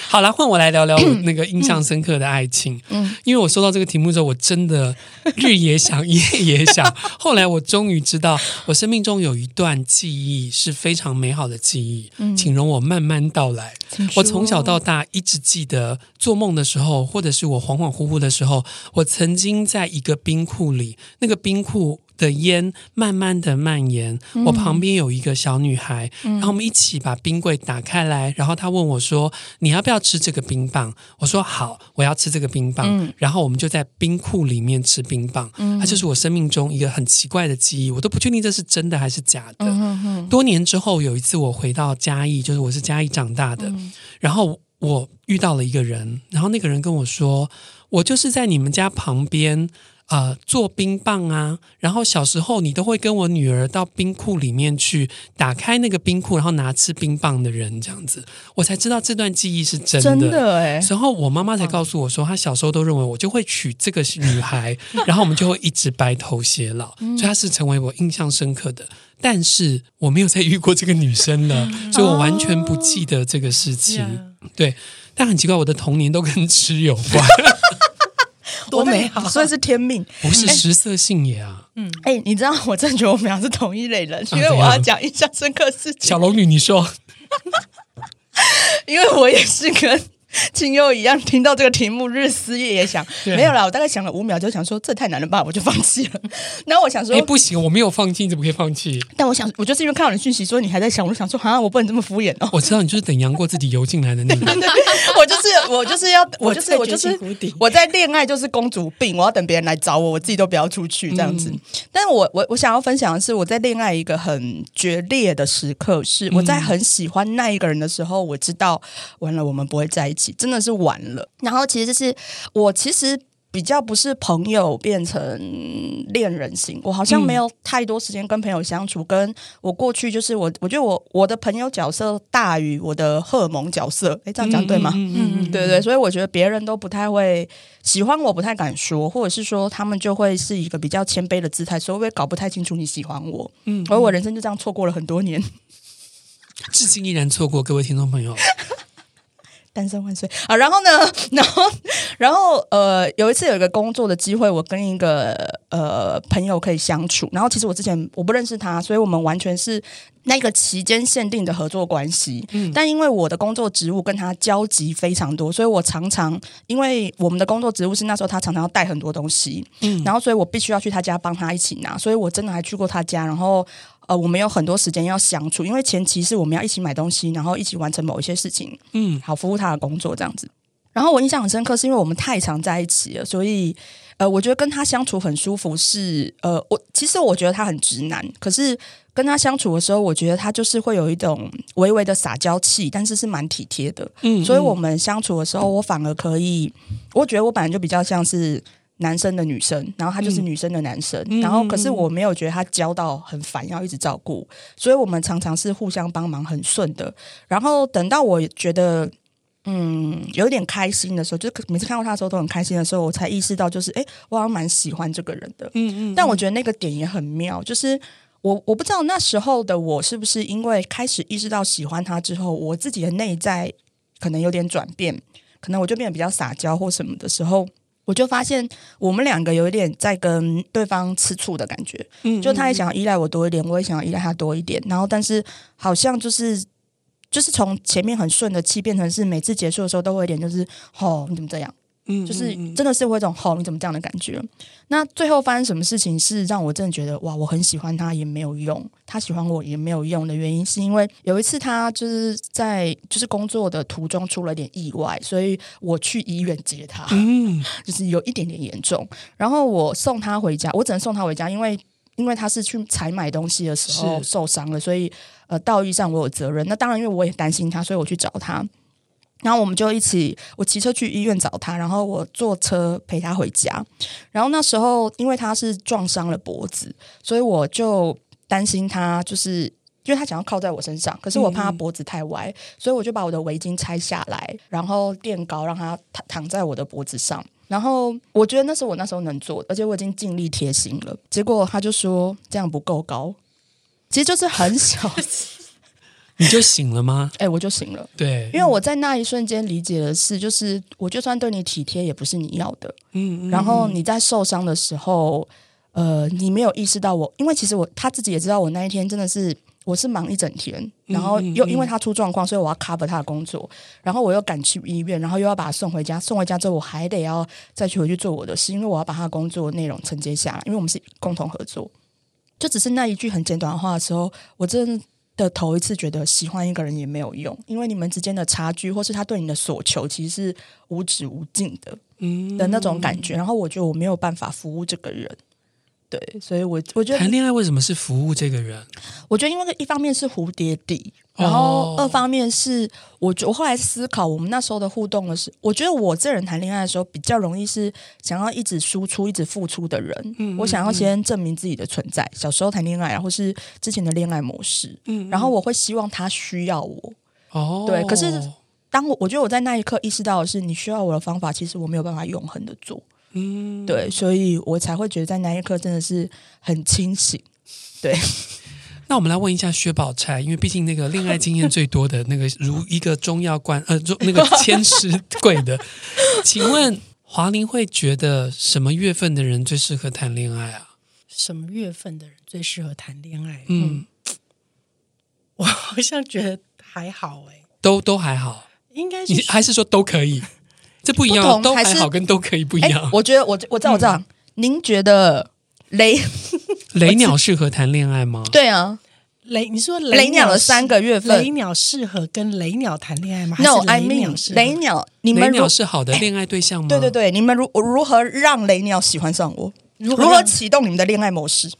[SPEAKER 2] 好啦，换我来聊聊我那个印象深刻的爱情。嗯，因为我收到这个题目之后，我真的日也 [LAUGHS] 想，夜也想。后来我终于知道，我生命中有一段记忆是非常美好的记忆，请容我慢慢道来。我从小到大一直记得，做梦的时候，或者是我恍恍惚惚的时候，我曾经在一个冰库里，那个冰库。的烟慢慢的蔓延，我旁边有一个小女孩，然后我们一起把冰柜打开来，然后她问我说：“你要不要吃这个冰棒？”我说：“好，我要吃这个冰棒。然后我们就在冰库里面吃冰棒，它就是我生命中一个很奇怪的记忆，我都不确定这是真的还是假的。
[SPEAKER 3] 嗯
[SPEAKER 2] 多年之后，有一次我回到嘉义，就是我是嘉义长大的，
[SPEAKER 3] 嗯
[SPEAKER 2] 然后我遇到了一个人，然后那个人跟我说，我就是在你们家旁边，呃做冰棒啊，然后小时候你都会跟我女儿到冰库里面去打开那个冰库，然后拿吃冰棒的人这样子，我才知道这段记忆是真
[SPEAKER 3] 真的哎、
[SPEAKER 2] 然后我妈妈才告诉我说，她小时候都认为我就会娶这个女
[SPEAKER 3] [LAUGHS]
[SPEAKER 2] 孩，然后我们就会一直白头偕老，
[SPEAKER 3] 嗯
[SPEAKER 2] 所以她是成为我印象深刻的。但是我没有再遇过这个女生了，
[SPEAKER 3] 嗯
[SPEAKER 2] 所以我完全不记得这个事
[SPEAKER 3] 哦
[SPEAKER 2] 情。对，但很奇怪，我的童年都跟吃有
[SPEAKER 3] [LAUGHS]
[SPEAKER 2] 关，
[SPEAKER 4] 多美
[SPEAKER 2] 啊
[SPEAKER 4] 好！
[SPEAKER 3] 所以是天命。
[SPEAKER 2] 不是食色性也啊。
[SPEAKER 3] 哎、你知道我真的觉得我们俩是同一类人，因为
[SPEAKER 2] 怎
[SPEAKER 3] 我
[SPEAKER 2] 样
[SPEAKER 3] 要讲印象深刻的事情，
[SPEAKER 2] 小龙女，你说
[SPEAKER 3] 因为我也是跟青佑一样，听到这个题目日思夜想，
[SPEAKER 2] 对
[SPEAKER 3] 没有啦，我大概想了五秒，就想说这太难了吧，我就放弃了。 [LAUGHS] 然后我想说
[SPEAKER 2] 哎、，不行，我没有放弃，你怎么可以放弃？
[SPEAKER 3] 但我想，我就是因为看到你讯息说你还在想，我就想说，啊，我不能这么敷衍
[SPEAKER 2] [LAUGHS]
[SPEAKER 3] 哦。
[SPEAKER 2] 我知道你就是等杨过自己游进来的那个。
[SPEAKER 3] [LAUGHS] 我就是我就是要 [LAUGHS] 我就是我
[SPEAKER 4] 我在
[SPEAKER 3] 就
[SPEAKER 4] 绝
[SPEAKER 3] 是
[SPEAKER 4] 境谷底
[SPEAKER 3] [LAUGHS] 我在恋爱就是公主病，我要等别人来找我，我自己都不要出去这样
[SPEAKER 2] 嗯
[SPEAKER 3] 子。但我我我想要分享的是，我在恋爱一个很决裂的时刻，是
[SPEAKER 2] 嗯
[SPEAKER 3] 我在很喜欢那一个人的时候，我知道完了我们不会在一起，真的是完了。然后其实是我其实。比较不是朋友变成恋人型，我好像
[SPEAKER 2] 嗯
[SPEAKER 3] 没有太多时间跟朋友相处，跟我过去就是我，我觉得我我的朋友角色大于我的荷尔蒙角色，诶，这样讲对吗？
[SPEAKER 2] 嗯
[SPEAKER 3] 对对，所以我觉得别人都不太会喜欢我，不太敢说，或者是说他们就会是一个比较谦卑的姿态，所以我也搞不太清楚你喜欢我。嗯，而我人生就这样错过了很多年，
[SPEAKER 2] 至今依然错过各位听众朋友。
[SPEAKER 3] 单身万岁啊！然后呢， [LAUGHS] 然后然后呃，有一次有一个工作的机会，我跟一个呃朋友可以相处，然后其实我之前我不认识他，所以我们完全是那个期间限定的合作关系。但因为我的工作职务跟他交集非常多，所以我常常因为我们的工作职务是那时候他常常要带很多东西，然后所以我必须要去他家帮他一起拿，所以我真的还去过他家，然后。呃，我们有很多时间要相处，因为前期是我们要一起买东西，然后一起完成某一些事情，嗯，好服务他的工作这样子。然后我印象很深刻，是因为我们太常在一起了，所以呃，我觉得跟他相处很舒服是。呃，我其实我觉得他很直男，可是跟他相处的时候，我觉得他就是会有一种微微的撒娇气，但是是蛮体贴的。
[SPEAKER 2] 嗯
[SPEAKER 3] 所以我们相处的时候，我反而可以，我觉得我本来就比较像是。男生的女生，然后他就是
[SPEAKER 2] 嗯
[SPEAKER 3] 女生的男生，然后可是我没有觉得他教到很烦，要一直照顾，所以我们常常是互相帮忙，很顺的。然后等到我觉得嗯有点开心的时候，就是每次看到他的时候都很开心的时候，我才意识到就是哎，诶我好像蛮喜欢这个人的。嗯嗯但我觉得那个点也很妙，就是。我我不知道那时候的我是不是因为开始意识到喜欢他之后，我自己的内在可能有点转变，可能我就变得比较撒娇或什么的时候，我就发现我们两个有一点在跟对方吃醋的感觉。嗯，就他也想要依赖我多一点，我也想要依赖他多一点，然后但是好像就是就是从前面很顺的气变成是每次结束的时候都会有一点就是吼你怎么这样，
[SPEAKER 2] 嗯
[SPEAKER 3] 就是真的是会有一种吼你怎么这样的感觉。那最后发生什么事情是让我真的觉得哇，我很喜欢他也没有用，他喜欢我也没有用的原因，是因为有一次他就是在就是工作的途中出了点意外，所以我去医院接他， [LAUGHS] 就是有一点点严重。然后我送他回家，我只能送他回家，因为。因为他是去采买东西的时候
[SPEAKER 2] 是
[SPEAKER 3] 受伤了，所以呃，道义上我有责任。那当然，因为我也担心他，所以我去找他。然后我们就一起，我骑车去医院找他，然后我坐车陪他回家。然后那时候因为他是撞伤了脖子，所以我就担心他就是。因为他想要靠在我身上，可是我怕他脖子太歪，所以我就把我的围巾拆下来，然后垫高让他躺躺在我的脖子上。然后我觉得那是我那时候能做的，而且我已经尽力贴心了。结果他就说这样不够高，其实就是很小，
[SPEAKER 2] 你就醒了吗？
[SPEAKER 3] 哎、我就醒了。
[SPEAKER 2] 对，嗯
[SPEAKER 3] 因为我在那一瞬间理解的是，就是我就算对你体贴，也不是你要的。
[SPEAKER 2] 嗯，
[SPEAKER 3] 然后你在受伤的时候，呃，你没有意识到我，因为其实我他自己也知道，我那一天真的是我是忙一整天，
[SPEAKER 2] 嗯
[SPEAKER 3] 然后又因为他出状况，所以我要 cover 他的工作，然后我又赶去医院，然后又要把他送回家，送回家之后我还得要再去回去做我的事，因为我要把他的工作内容承接下来，因为我们是共同合作。就只是那一句很简短的话的时候，我真的头一次觉得喜欢一个人也没有用，因为你们之间的差距，或是他对你的所求，其实是无止无尽的，嗯的那种感觉。然后我觉得我没有办法服务这个人，对，所以我我觉
[SPEAKER 2] 谈
[SPEAKER 3] 得，
[SPEAKER 2] 恋爱为什么是服务这个人？
[SPEAKER 3] 我觉得因为一方面是蝴蝶底，然后
[SPEAKER 2] 哦
[SPEAKER 3] 二方面是，我觉我后来思考，我们那时候的互动的是，我觉得我这人谈恋爱的时候比较容易是想要一直输出、一直付出的人。
[SPEAKER 2] 嗯
[SPEAKER 3] 我想要先证明自己的存在，小时候谈恋爱啊，或是之前的恋爱模式。
[SPEAKER 2] 嗯
[SPEAKER 3] 然后我会希望他需要我。
[SPEAKER 2] 哦，
[SPEAKER 3] 对可是当我我觉得我在那一刻意识到的是，你需要我的方法，其实我没有办法永恒的做。
[SPEAKER 2] 嗯，
[SPEAKER 3] 对，所以我才会觉得在那一刻真的是很清醒。
[SPEAKER 2] 那我们来问一下薛宝钗，因为毕竟那个恋爱经验最多的那个如一个中药罐，呃， [LAUGHS] 中那个千师贵
[SPEAKER 3] [LAUGHS]
[SPEAKER 2] 的，请问华玲会觉得什么月份的人最适合谈恋爱啊？
[SPEAKER 4] 什么月份的人最适合谈恋爱？ [LAUGHS]
[SPEAKER 2] 嗯，
[SPEAKER 4] 我好像觉得还好哎、
[SPEAKER 2] 都都还好，
[SPEAKER 4] 应该是
[SPEAKER 2] 你还是说都可以？这不一样
[SPEAKER 3] 不
[SPEAKER 2] 哦，
[SPEAKER 3] 同
[SPEAKER 2] 都
[SPEAKER 3] 还
[SPEAKER 2] 还
[SPEAKER 3] 是
[SPEAKER 2] 好跟都可以不一
[SPEAKER 3] 哎
[SPEAKER 2] 样，。
[SPEAKER 3] 我觉得我我知道我知道，您觉得雷 [LAUGHS]
[SPEAKER 2] 雷鸟适合谈恋爱吗？
[SPEAKER 3] 对啊
[SPEAKER 4] 雷，你说
[SPEAKER 3] 雷鸟的
[SPEAKER 4] 是
[SPEAKER 3] 三个月份
[SPEAKER 4] 雷鸟适合跟雷鸟谈恋爱吗还是
[SPEAKER 3] ？No，I
[SPEAKER 4] 雷鸟
[SPEAKER 3] mean
[SPEAKER 4] 适合
[SPEAKER 3] 雷鸟，你
[SPEAKER 2] 雷
[SPEAKER 3] 们如
[SPEAKER 2] 鸟是好的恋爱对象吗？
[SPEAKER 3] [COUGHS] 对对对，你们如我如何让雷鸟喜欢上我？
[SPEAKER 4] 如
[SPEAKER 3] 如何
[SPEAKER 4] 何
[SPEAKER 3] 启动你们的恋爱模式？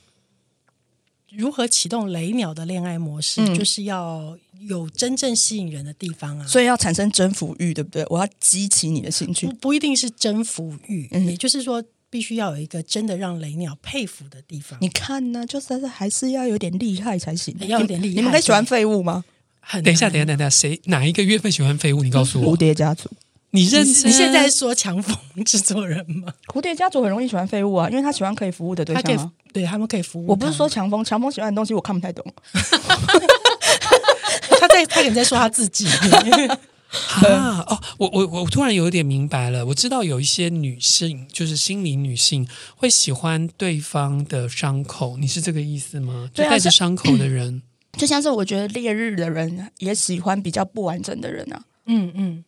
[SPEAKER 4] 如何启动雷鸟的恋爱模式，
[SPEAKER 3] 嗯
[SPEAKER 4] 就是要有真正吸引人的地方啊。
[SPEAKER 3] 所以要产生征服欲，对不对？我要激起你的兴
[SPEAKER 4] 不
[SPEAKER 3] 趣。
[SPEAKER 4] 不一定是征服欲，
[SPEAKER 3] 嗯
[SPEAKER 4] 也就是说，必须要有一个真的让雷鸟佩服的地方。哎
[SPEAKER 3] 你看呢、就是还是要有点厉害才行，
[SPEAKER 4] 要有点厉害
[SPEAKER 3] 你们可以喜欢废物吗？
[SPEAKER 4] 很
[SPEAKER 2] 等一下，
[SPEAKER 4] 难
[SPEAKER 2] 等一下，等一下，谁哪一个月份喜欢废物？你告诉
[SPEAKER 3] 蝴
[SPEAKER 2] 我，
[SPEAKER 3] 蝶家族，
[SPEAKER 2] 你认
[SPEAKER 4] 你
[SPEAKER 2] 真？啊
[SPEAKER 3] 啊
[SPEAKER 4] 你现在说强风制作人吗？
[SPEAKER 3] 蝴蝶家族很容易喜欢废物啊，因为他喜欢可以服务的对
[SPEAKER 4] 他可
[SPEAKER 3] 象
[SPEAKER 4] 以
[SPEAKER 3] 啊。
[SPEAKER 4] 对他们可以服务他。
[SPEAKER 3] 我不是说强风，强风喜欢的东西我看不太懂。
[SPEAKER 4] 他在，他可能在说他自
[SPEAKER 3] [LAUGHS]
[SPEAKER 4] 己。
[SPEAKER 2] 啊
[SPEAKER 3] 呃
[SPEAKER 2] 哦，我我我突然有一点明白了，我知道有一些女性，就是心理女性会喜欢对方的伤口，你是这个意思吗？就
[SPEAKER 3] 对啊
[SPEAKER 2] 带着
[SPEAKER 3] 是
[SPEAKER 2] 伤口的人，
[SPEAKER 3] [CLEARS THROAT] 就像是我觉得烈日的人也喜欢比较不完整的人啊。
[SPEAKER 4] 嗯嗯，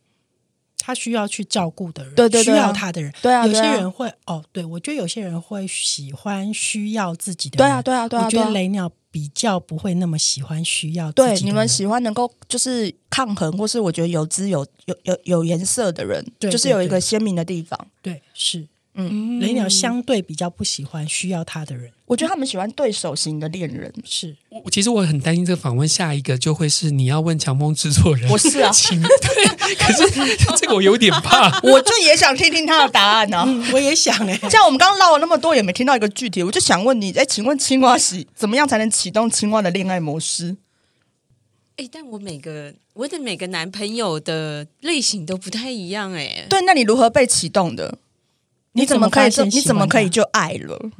[SPEAKER 4] 他需要去照顾的人，
[SPEAKER 3] 对对对啊
[SPEAKER 4] 需要他的人。
[SPEAKER 3] 对啊，
[SPEAKER 4] 有些
[SPEAKER 3] 对啊
[SPEAKER 4] 人会哦，对我觉得有些人会喜欢需要自己的
[SPEAKER 3] 对
[SPEAKER 4] 人。
[SPEAKER 3] 啊，对啊，对啊，
[SPEAKER 4] 我
[SPEAKER 3] 对
[SPEAKER 4] 觉
[SPEAKER 3] 啊
[SPEAKER 4] 得。雷鸟比较不会那么喜欢需要自己的
[SPEAKER 3] 对
[SPEAKER 4] 人。
[SPEAKER 3] 你们喜欢能够就是抗衡，或是我觉得有滋有有有有颜色的人，
[SPEAKER 4] 对
[SPEAKER 3] 就是
[SPEAKER 4] 对
[SPEAKER 3] 有一个
[SPEAKER 4] 对
[SPEAKER 3] 鲜明的地方。
[SPEAKER 4] 对是
[SPEAKER 2] 嗯
[SPEAKER 4] 雷鸟相对比较不喜欢需要他的人，
[SPEAKER 3] 我觉得他们喜欢对手型的恋 [LAUGHS] 人。
[SPEAKER 4] 是
[SPEAKER 2] 我我其实我很担心这个访问下一个就会是你要问强风制作人，
[SPEAKER 3] 我是啊
[SPEAKER 2] 请 [LAUGHS] 对，可
[SPEAKER 3] [LAUGHS]
[SPEAKER 2] 是这个我有点怕。
[SPEAKER 3] 我就也想听听他的答案 [LAUGHS] 啊。
[SPEAKER 4] 嗯，我也想哎、
[SPEAKER 3] 像我们刚刚唠了那么多，也没听到一个具体，我就想问你，哎，请问青蛙喜怎么样才能启动青蛙的恋爱模式？
[SPEAKER 5] 哎，但我每个我的每个男朋友的类型都不太一样哎。
[SPEAKER 3] 对，那你如何被启动的？你怎么可以就
[SPEAKER 4] 你怎么发现喜
[SPEAKER 3] 你
[SPEAKER 4] 欢
[SPEAKER 3] 怎么可以
[SPEAKER 4] 他
[SPEAKER 3] 就爱了？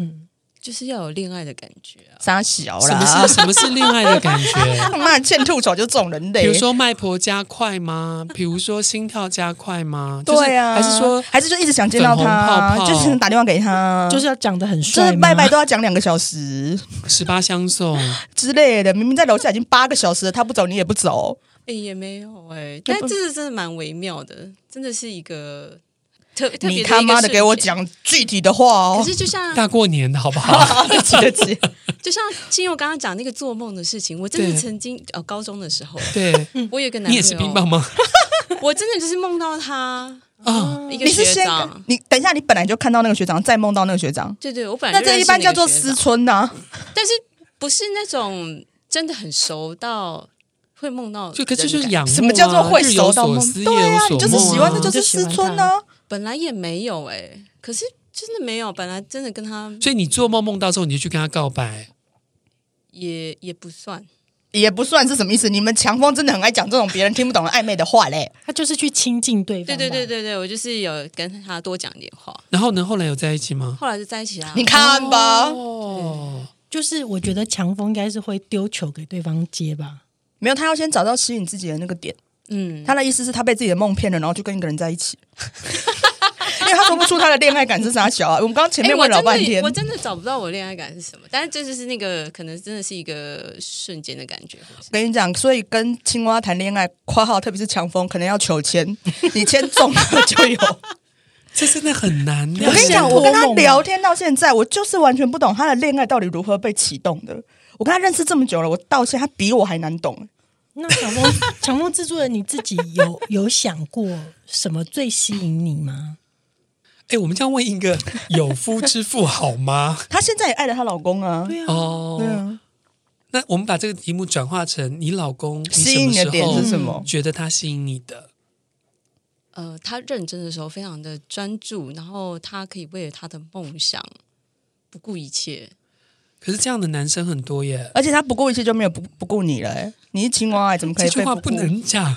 [SPEAKER 5] 就是要有恋爱的感觉啊。
[SPEAKER 3] 傻小
[SPEAKER 2] 什么
[SPEAKER 3] 啦 [LAUGHS]
[SPEAKER 2] 是！什么是恋爱的感觉？
[SPEAKER 3] 他妈欠吐槽就这种人类。
[SPEAKER 2] 比如说脉搏加快吗？比如说心跳加快吗？就是
[SPEAKER 3] 对啊，
[SPEAKER 2] 还是说
[SPEAKER 3] 还是就一直想见到他，
[SPEAKER 2] 粉红泡泡
[SPEAKER 3] 就是打电话给他，
[SPEAKER 4] 就是要长得很
[SPEAKER 3] 就
[SPEAKER 4] 帅
[SPEAKER 3] 是
[SPEAKER 4] 吗，
[SPEAKER 3] 拜拜都要讲两个小时
[SPEAKER 2] 十八相送？
[SPEAKER 3] 之类的。明明在楼下已经八个小时了，他不走你也不走，
[SPEAKER 5] 哎、也没有哎、但这个真的蛮微妙的，真的是一个特特别的一
[SPEAKER 3] 你
[SPEAKER 5] 个
[SPEAKER 3] 他妈的
[SPEAKER 5] 瞬
[SPEAKER 3] 给我
[SPEAKER 5] 间。
[SPEAKER 3] 讲具体的话
[SPEAKER 5] 可
[SPEAKER 3] 哦！
[SPEAKER 5] 是就像
[SPEAKER 2] 大过年的好不好？
[SPEAKER 3] [LAUGHS] 对不起对不起，
[SPEAKER 5] 就像金佑刚刚讲那个做梦的事情，我真的
[SPEAKER 2] 对
[SPEAKER 5] 曾经呃高中的时候，
[SPEAKER 2] 对，
[SPEAKER 3] 嗯
[SPEAKER 5] 我有一个男
[SPEAKER 2] 你
[SPEAKER 5] 朋友，
[SPEAKER 2] 也是冰棒吗？
[SPEAKER 5] [LAUGHS] 我真的就是梦到他
[SPEAKER 2] 啊，
[SPEAKER 5] 一个
[SPEAKER 3] 你是
[SPEAKER 5] 学
[SPEAKER 3] 先
[SPEAKER 5] 长，
[SPEAKER 3] 你等一下，你本来就看到那个学长，再梦到那个学长，
[SPEAKER 5] 对对，我本来
[SPEAKER 3] 那
[SPEAKER 5] 就
[SPEAKER 3] 这
[SPEAKER 5] 认
[SPEAKER 3] 一
[SPEAKER 5] 识
[SPEAKER 3] 般
[SPEAKER 5] 那
[SPEAKER 3] 叫
[SPEAKER 5] 个
[SPEAKER 3] 做
[SPEAKER 5] 学
[SPEAKER 3] 思
[SPEAKER 5] 长，
[SPEAKER 3] 春呐。
[SPEAKER 5] 但是不是那种真的很熟到会梦到人的
[SPEAKER 2] 就
[SPEAKER 5] 感
[SPEAKER 2] 可
[SPEAKER 5] 觉，
[SPEAKER 2] 是就是仰慕啊
[SPEAKER 3] 什么叫做会
[SPEAKER 2] 日
[SPEAKER 3] 熟
[SPEAKER 2] 有
[SPEAKER 3] 到
[SPEAKER 2] 所
[SPEAKER 3] 梦
[SPEAKER 2] 思？？夜
[SPEAKER 3] 对
[SPEAKER 2] 有
[SPEAKER 3] 啊，
[SPEAKER 2] 所
[SPEAKER 3] 你就是
[SPEAKER 2] 梦
[SPEAKER 3] 喜欢
[SPEAKER 2] 啊
[SPEAKER 3] 的就是思春呢。
[SPEAKER 5] 本来也没有哎、可是真的没有，本来真的跟他
[SPEAKER 2] 所以你做梦梦到之后，你就去跟他告白。
[SPEAKER 5] 也也不算，
[SPEAKER 3] 也不算是什么意思，你们强风真的很爱讲这种别人听不懂的暧昧的话嘞。
[SPEAKER 4] 他就是去亲近对
[SPEAKER 5] 对
[SPEAKER 4] 方。
[SPEAKER 5] 对对，对对，我就是有跟他多讲点话，
[SPEAKER 2] 然后呢，后来有在一起吗？
[SPEAKER 5] 后来就在一起啦。
[SPEAKER 3] [LAUGHS] 你看吧，
[SPEAKER 2] 哦，
[SPEAKER 4] 就是我觉得强风应该是会丢球给对方接吧，
[SPEAKER 3] 没有，他要先找到吸引自己的那个点。
[SPEAKER 5] 嗯，
[SPEAKER 3] 他的意思是他被自己的梦骗了，然后就跟一个人在一起， [LAUGHS] 因为他说不出他的恋爱感是啥小啊。我们刚刚前面
[SPEAKER 5] 哎诶我
[SPEAKER 3] 问
[SPEAKER 5] 真
[SPEAKER 3] 老
[SPEAKER 5] 的
[SPEAKER 3] 半天
[SPEAKER 5] 我，真的找不到我恋爱感是什么，但是这就是那个可能真的是一个瞬间的感觉。
[SPEAKER 3] 跟你讲，所以跟青蛙谈恋爱（括号特别是强风）可能要求签， [LAUGHS] 你签中了就有。
[SPEAKER 2] 这真的很难呢。
[SPEAKER 3] [LAUGHS] 我跟你
[SPEAKER 4] 先
[SPEAKER 3] 讲，我跟他
[SPEAKER 4] 托梦啊
[SPEAKER 3] 聊天到现在，我就是完全不懂他的恋爱到底如何被启动的。我跟他认识这么久了，我到现在他比我还难懂。
[SPEAKER 4] 那强风强风制作人你自己有有想过什么最吸引你吗？
[SPEAKER 2] 哎，我们这样问一个有夫之妇好吗？ [LAUGHS]
[SPEAKER 3] 她现在也爱着她老公啊，
[SPEAKER 4] 啊，
[SPEAKER 2] 哦，那我们把这个题目转化成你老公你
[SPEAKER 3] 吸引你
[SPEAKER 2] 什
[SPEAKER 3] 的
[SPEAKER 2] 么
[SPEAKER 3] 点
[SPEAKER 2] 时候
[SPEAKER 3] 是什么？
[SPEAKER 2] 觉得他吸引你的？
[SPEAKER 5] 呃，他认真的时候非常的专注，然后他可以为了他的梦想不顾一切。
[SPEAKER 2] 可是这样的男生很多耶，
[SPEAKER 3] 而且他不顾一切就没有不不顾你了、欸，你是青蛙、欸，怎么可
[SPEAKER 2] 这
[SPEAKER 3] 以
[SPEAKER 2] 句
[SPEAKER 3] 被
[SPEAKER 2] 话
[SPEAKER 3] 不
[SPEAKER 2] 不
[SPEAKER 3] 顾？
[SPEAKER 2] 能讲。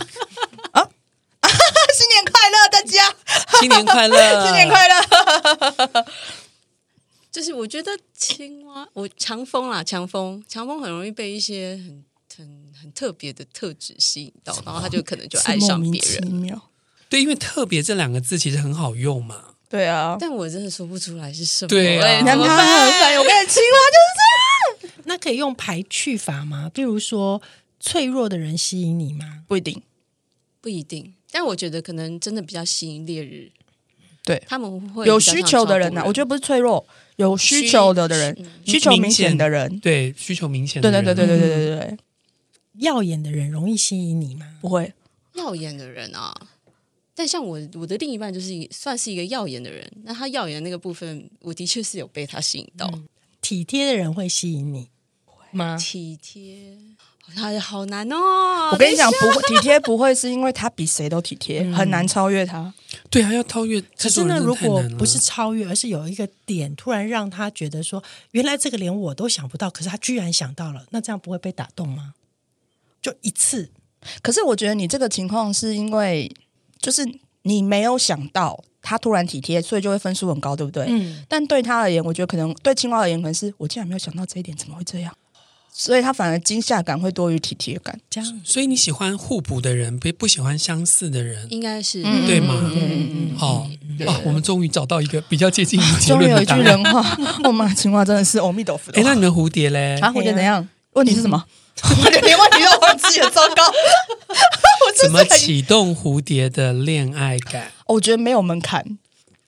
[SPEAKER 3] 新年快乐，大家！
[SPEAKER 2] 新年快乐，
[SPEAKER 3] [LAUGHS] 新年快乐！
[SPEAKER 5] 就是我觉得青蛙，我强风啦，强风，强风很容易被一些很很很特别的特质吸引到，然后他就可能就爱上别
[SPEAKER 3] 哎是莫
[SPEAKER 5] 人。
[SPEAKER 3] 名其妙。
[SPEAKER 2] 对，因为“特别”这两个字其实很好用嘛。
[SPEAKER 3] 对啊，
[SPEAKER 5] 但我真的说不出来是什么，
[SPEAKER 2] 对啊
[SPEAKER 5] 哎
[SPEAKER 3] 难
[SPEAKER 5] 怎么
[SPEAKER 3] 他
[SPEAKER 5] 办
[SPEAKER 3] 很烦，我跟你青蛙就是这样，
[SPEAKER 4] 那可以用排去法吗？比如说脆弱的人吸引你吗？
[SPEAKER 3] 不一定。
[SPEAKER 5] 不一定，但我觉得可能真的比较吸引烈日，
[SPEAKER 3] 对
[SPEAKER 5] 他们会
[SPEAKER 3] 有
[SPEAKER 5] 比较
[SPEAKER 3] 需
[SPEAKER 5] 像
[SPEAKER 3] 求的
[SPEAKER 5] 照
[SPEAKER 3] 人啊
[SPEAKER 5] 顾
[SPEAKER 3] 呐、我觉得不是脆弱，有需求的的人，需求明显的人，
[SPEAKER 2] 对，需求明显的
[SPEAKER 3] 对对
[SPEAKER 2] 人。
[SPEAKER 3] 对对对对对对对，
[SPEAKER 4] 耀眼的人容易吸引你吗？
[SPEAKER 3] 不会，
[SPEAKER 5] 耀眼的人啊。但像我，我的另一半就是一算是一个耀眼的人，那他耀眼的那个部分，我的确是有被他吸引到。
[SPEAKER 3] 嗯
[SPEAKER 4] 体贴的人会吸引你吗？
[SPEAKER 5] 体贴，他好难哦。
[SPEAKER 3] 我跟你讲，不会体贴不会是因为他比谁都体贴，很难超越他。
[SPEAKER 2] 对啊，要超越
[SPEAKER 4] 可
[SPEAKER 2] 这
[SPEAKER 4] 是
[SPEAKER 2] 种人
[SPEAKER 4] 呢，
[SPEAKER 2] 真
[SPEAKER 4] 如
[SPEAKER 2] 的太
[SPEAKER 4] 果
[SPEAKER 2] 难了。
[SPEAKER 4] 不是超越，而是有一个点突然让他觉得说，原来这个连我都想不到，可是他居然想到了，那这样不会被打动吗？就一次，
[SPEAKER 3] 可是我觉得你这个情况是因为，就是你没有想到他突然体贴，所以就会分数很高，对不对？
[SPEAKER 4] 嗯，
[SPEAKER 3] 但对他而言，我觉得可能对青蛙而言，可能是我竟然没有想到这一点，怎么会这样？所以他反而惊吓感会多于体贴感。
[SPEAKER 4] 这样
[SPEAKER 2] 所以你喜欢互补的人，不不喜欢相似的人。
[SPEAKER 5] [LAUGHS] 应该是
[SPEAKER 3] 嗯
[SPEAKER 2] 对嘛
[SPEAKER 5] 嗯嗯嗯
[SPEAKER 2] 哦，哦，我们终于找到一个比较接近于结
[SPEAKER 3] 终于
[SPEAKER 2] 论
[SPEAKER 3] 有
[SPEAKER 2] 的
[SPEAKER 3] 一句
[SPEAKER 2] 答案。
[SPEAKER 3] 人话，我妈青蛙真的是阿弥陀佛的
[SPEAKER 2] 哎，
[SPEAKER 3] 话。
[SPEAKER 2] 那你们蝴蝶嘞？
[SPEAKER 3] 啊，我觉得怎样？问题是什么？我连问题都忘记了，糟糕！我
[SPEAKER 2] 怎
[SPEAKER 3] 真 [LAUGHS]
[SPEAKER 2] 么
[SPEAKER 3] 是很，
[SPEAKER 2] 启动蝴蝶的恋爱感？
[SPEAKER 3] 我觉得没有门槛，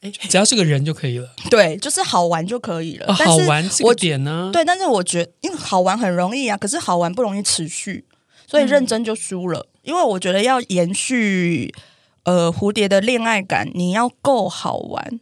[SPEAKER 3] 哎
[SPEAKER 2] 只要是个人就可以了。
[SPEAKER 3] 对，就是好玩就可以了。
[SPEAKER 2] 哦，
[SPEAKER 3] 但是
[SPEAKER 2] 好玩这
[SPEAKER 3] 我
[SPEAKER 2] 个点啊呢？
[SPEAKER 3] 对，但是我觉得，因为好玩很容易啊，可是好玩不容易持续，所以认真就输了。因为我觉得要延续呃蝴蝶的恋爱感，你要够好玩。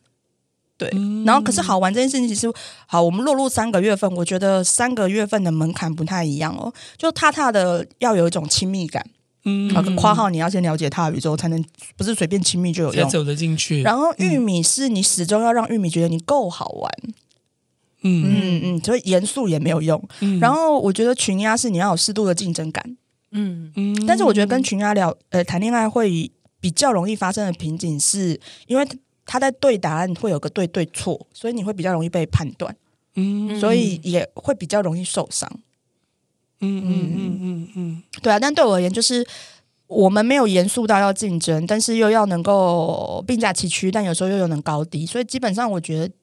[SPEAKER 3] 对，然后可是好玩这件事情，其实好，我们落入三个月份，我觉得三个月份的门槛不太一样哦。就踏踏的要有一种亲密感，
[SPEAKER 2] 嗯
[SPEAKER 3] 啊，括号你要先了解他的宇宙，才能不是随便亲密就有
[SPEAKER 2] 才
[SPEAKER 3] 用。
[SPEAKER 2] 走得进去。
[SPEAKER 3] 然后玉米是你始终要让玉米觉得你够好玩，
[SPEAKER 2] 嗯
[SPEAKER 3] 嗯嗯，所以严肃也没有用。
[SPEAKER 2] 嗯
[SPEAKER 3] 然后我觉得群压是你要有适度的竞争感，
[SPEAKER 4] 嗯，
[SPEAKER 2] 嗯
[SPEAKER 3] 但是我觉得跟群压聊呃谈恋爱会比较容易发生的瓶颈是，因为他在对答案会有个对对错，所以你会比较容易被判断，
[SPEAKER 2] 嗯
[SPEAKER 3] 所以也会比较容易受伤。
[SPEAKER 2] 嗯嗯嗯嗯嗯，
[SPEAKER 3] 对啊，但对我而言就是。我们没有严肃到要竞争，但是又要能够并驾齐驱，但有时候又有能高低，所以基本上我觉得，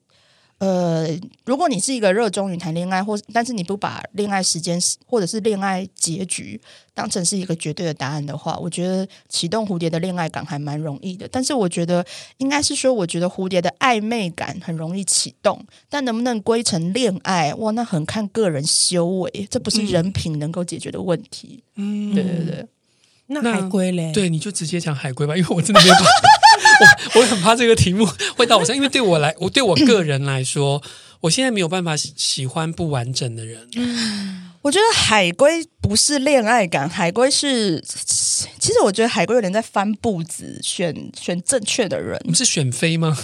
[SPEAKER 3] 呃，如果你是一个热衷于谈恋爱，或但是你不把恋爱时间或者是恋爱结局当成是一个绝对的答案的话，我觉得启动蝴蝶的恋爱感还蛮容易的。但是我觉得应该是说，我觉得蝴蝶的暧昧感很容易启动，但能不能归成恋爱，哇，那很看个人修为，这不是人品能够解决的问题。
[SPEAKER 2] 嗯
[SPEAKER 3] 对对对，
[SPEAKER 4] 那
[SPEAKER 2] 那
[SPEAKER 4] 海龟
[SPEAKER 3] 哎
[SPEAKER 4] 嘞？，
[SPEAKER 2] 对，你就直接讲海龟吧，因为我真的没有办法，我我很怕这个题目会到我身上，因为对我来，我对我个人来说，我现在没有办法喜喜欢不完整的人。
[SPEAKER 3] 我觉得海龟不是恋爱感，海龟是，其实我觉得海龟有点在翻步子，选选正确的人
[SPEAKER 2] 我。们是选妃吗？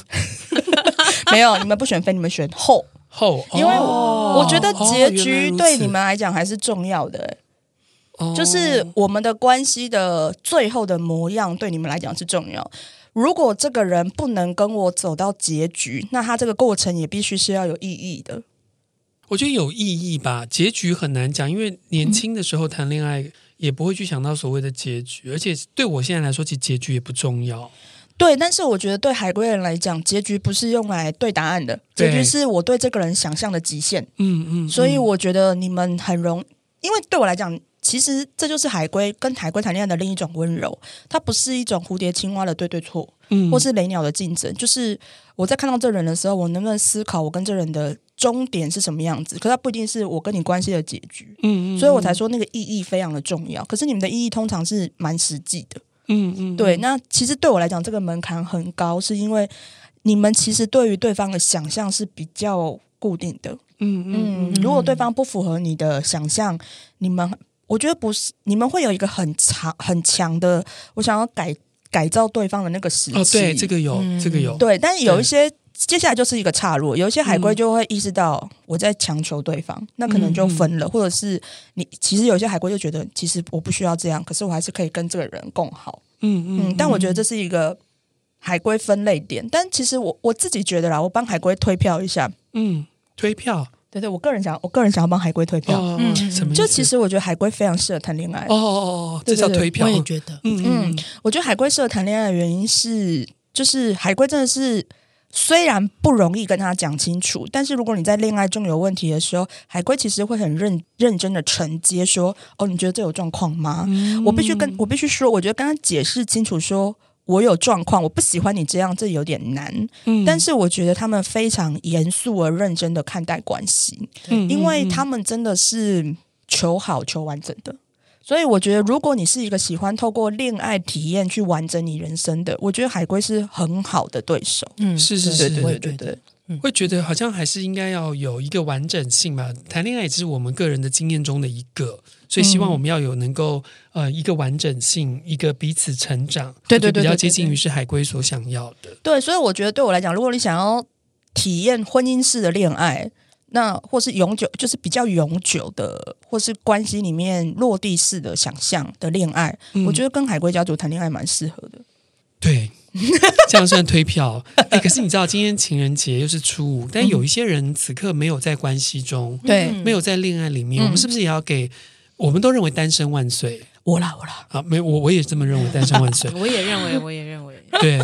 [SPEAKER 3] 没有，你们不选妃，你们选后，
[SPEAKER 2] 后，
[SPEAKER 3] 因为我、
[SPEAKER 2] 哦
[SPEAKER 3] 我觉得结局对你
[SPEAKER 2] 们。
[SPEAKER 3] 们来讲还是重要的、欸
[SPEAKER 2] 哦
[SPEAKER 3] 就是我们的关系的最后的模样对你们来讲是重要。如果这个人不能跟我走到结局，那他这个过程也必须是要有意义的。
[SPEAKER 2] 我觉得有意义吧，结局很难讲，因为年轻的时候谈恋爱也不会去想到所谓的结局，而且对我现在来说，其实结局也不重要。
[SPEAKER 3] 对，但是我觉得对海归人来讲，结局不是用来对答案的，结局
[SPEAKER 2] 对
[SPEAKER 3] 是我对这个人想象的极限。
[SPEAKER 2] 嗯嗯，
[SPEAKER 3] 所以
[SPEAKER 2] 嗯
[SPEAKER 3] 我觉得你们很容，因为对我来讲，其实这就是海龟跟海龟谈恋爱的另一种温柔，它不是一种蝴蝶、青蛙的对对错，
[SPEAKER 2] 嗯
[SPEAKER 3] 或是雷鸟的竞争。就是我在看到这人的时候，我能不能思考我跟这人的终点是什么样子？可它不一定是我跟你关系的结局，
[SPEAKER 2] 嗯嗯，
[SPEAKER 3] 所以我才说那个意义非常的重要。可是你们的意义通常是蛮实际的。
[SPEAKER 2] 嗯嗯，
[SPEAKER 3] 对，那其实对我来讲，这个门槛很高，是因为你们其实对于对方的想象是比较固定的，嗯，如果对方不符合你的想象，你们我觉得不是，你们会有一个很强很强的，我想要改改造对方的那个时期。
[SPEAKER 2] 哦，对，这个有，这个有，
[SPEAKER 3] 嗯对，嗯但是有一些接下来就是一个岔路，有一些海龟就会意识到我在强求对方，那可能就分了，或者是你其实有些海龟就觉得，其实我不需要这样，可是我还是可以跟这个人共好。
[SPEAKER 2] 嗯
[SPEAKER 3] 嗯，
[SPEAKER 2] 嗯，
[SPEAKER 3] 但我觉得这是一个海龟分类点，但其实我我自己觉得啦，我帮海龟推票一下。
[SPEAKER 2] 嗯，推票，
[SPEAKER 3] 对对，我个人想，我个人想要帮海龟推票。
[SPEAKER 2] 哦
[SPEAKER 4] 嗯，
[SPEAKER 2] 什么意思？
[SPEAKER 3] 就其实我觉得海龟非常适合谈恋爱。
[SPEAKER 2] 哦，哦哦哦，这
[SPEAKER 3] 对对
[SPEAKER 2] 叫
[SPEAKER 3] 对
[SPEAKER 2] 推票
[SPEAKER 4] 我，也觉得，
[SPEAKER 2] 嗯嗯
[SPEAKER 3] 我觉得海龟适合谈恋爱的原因是，就是海龟真的是虽然不容易跟他讲清楚，但是如果你在恋爱中有问题的时候，海龟其实会很认认真的承接说：“哦，你觉得这有状况吗？”
[SPEAKER 2] 嗯
[SPEAKER 3] 我必须跟我必须说，我觉得跟他解释清楚说。我有状况，我不喜欢你这样，这有点难。
[SPEAKER 2] 嗯
[SPEAKER 3] 但是我觉得他们非常严肃而认真的看待关系。
[SPEAKER 2] 嗯
[SPEAKER 3] 因为他们真的是求好求完整的。所以我觉得，如果你是一个喜欢透过恋爱体验去完整你人生的，我觉得海龟是很好的对手。
[SPEAKER 4] 嗯，
[SPEAKER 2] 是是
[SPEAKER 4] 对
[SPEAKER 2] 是
[SPEAKER 4] 我
[SPEAKER 2] 对
[SPEAKER 4] 也觉得，
[SPEAKER 3] 对，
[SPEAKER 2] 会觉得好像还是应该要有一个完整性吧。谈恋爱也只是我们个人的经验中的一个，所以希望我们要有能够呃一个完整性，一个彼此成长，
[SPEAKER 3] 对对
[SPEAKER 2] 我觉得
[SPEAKER 3] 对
[SPEAKER 2] 比
[SPEAKER 3] 对
[SPEAKER 2] 较
[SPEAKER 3] 对
[SPEAKER 2] 接近
[SPEAKER 3] 对
[SPEAKER 2] 于是海龟所想要的。
[SPEAKER 3] 对，所以我觉得对我来讲，如果你想要体验婚姻式的恋爱，那或是永久，就是比较永久的，或是关系里面落地式的想象的恋爱，我觉得跟海龟家族谈恋爱蛮适合的。
[SPEAKER 2] 对，这样算推 [LAUGHS] 票。哎，可是你知道今天情人节又是初五，但有一些人此刻没有在关系中，
[SPEAKER 3] 对，
[SPEAKER 2] 没有在恋爱里面，
[SPEAKER 3] 嗯
[SPEAKER 2] 我们是不是也要给？我们都认为单身万岁
[SPEAKER 3] 我啦我啦，
[SPEAKER 2] 啊，没有我我也这么认为，单身万 [LAUGHS] 岁。
[SPEAKER 5] 嗯我也认为，我也
[SPEAKER 3] [LAUGHS]
[SPEAKER 5] 认为，
[SPEAKER 2] 对，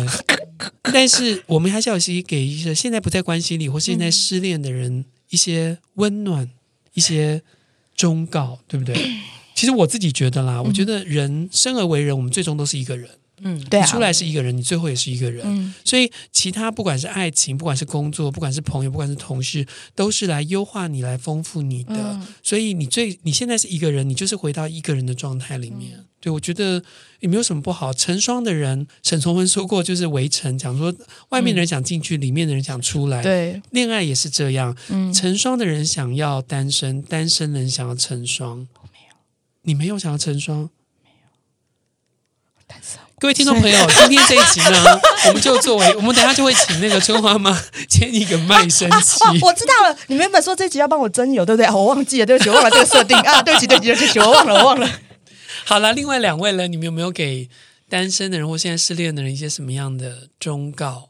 [SPEAKER 2] 但是我们还是要有些给一些现在不在关系里或现在失恋的人一些温暖，一些忠告，对不对？其实我自己觉得啦，我觉得人生而为人，我们最终都是一个人。
[SPEAKER 4] 嗯，
[SPEAKER 3] 对啊，
[SPEAKER 2] 你出来是一个人，你最后也是一个人。
[SPEAKER 3] 嗯
[SPEAKER 2] 所以，其他不管是爱情，不管是工作，不管是朋友，不管是同事，都是来优化你，来丰富你的。
[SPEAKER 3] 嗯
[SPEAKER 2] 所以，你最你现在是一个人，你就是回到一个人的状态里
[SPEAKER 3] 嗯
[SPEAKER 2] 面。对我觉得也没有什么不好。成双的人，沈从文说过，就是围城，讲说外面的人想进去，里面的人想出来。
[SPEAKER 3] 嗯对，
[SPEAKER 2] 恋爱也是这样，
[SPEAKER 3] 嗯，
[SPEAKER 2] 成双的人想要单身，单身人想要成双。你没有想要成双？各位听众朋友，今天这一集呢， [LAUGHS] 我们就作为我们等一下就会请那个春花妈 [LAUGHS] 签一个卖身契。
[SPEAKER 3] 哦， [LAUGHS] 我知道了，你们原本说这集要帮我征友，对不对？啊，我忘记了，对不起，我忘了这个设定啊，对不起，对不起，对不起，我忘了，我忘了。
[SPEAKER 2] 好了，另外两位呢，你们有没有给单身的人或现在失恋的人一些什么样的忠告？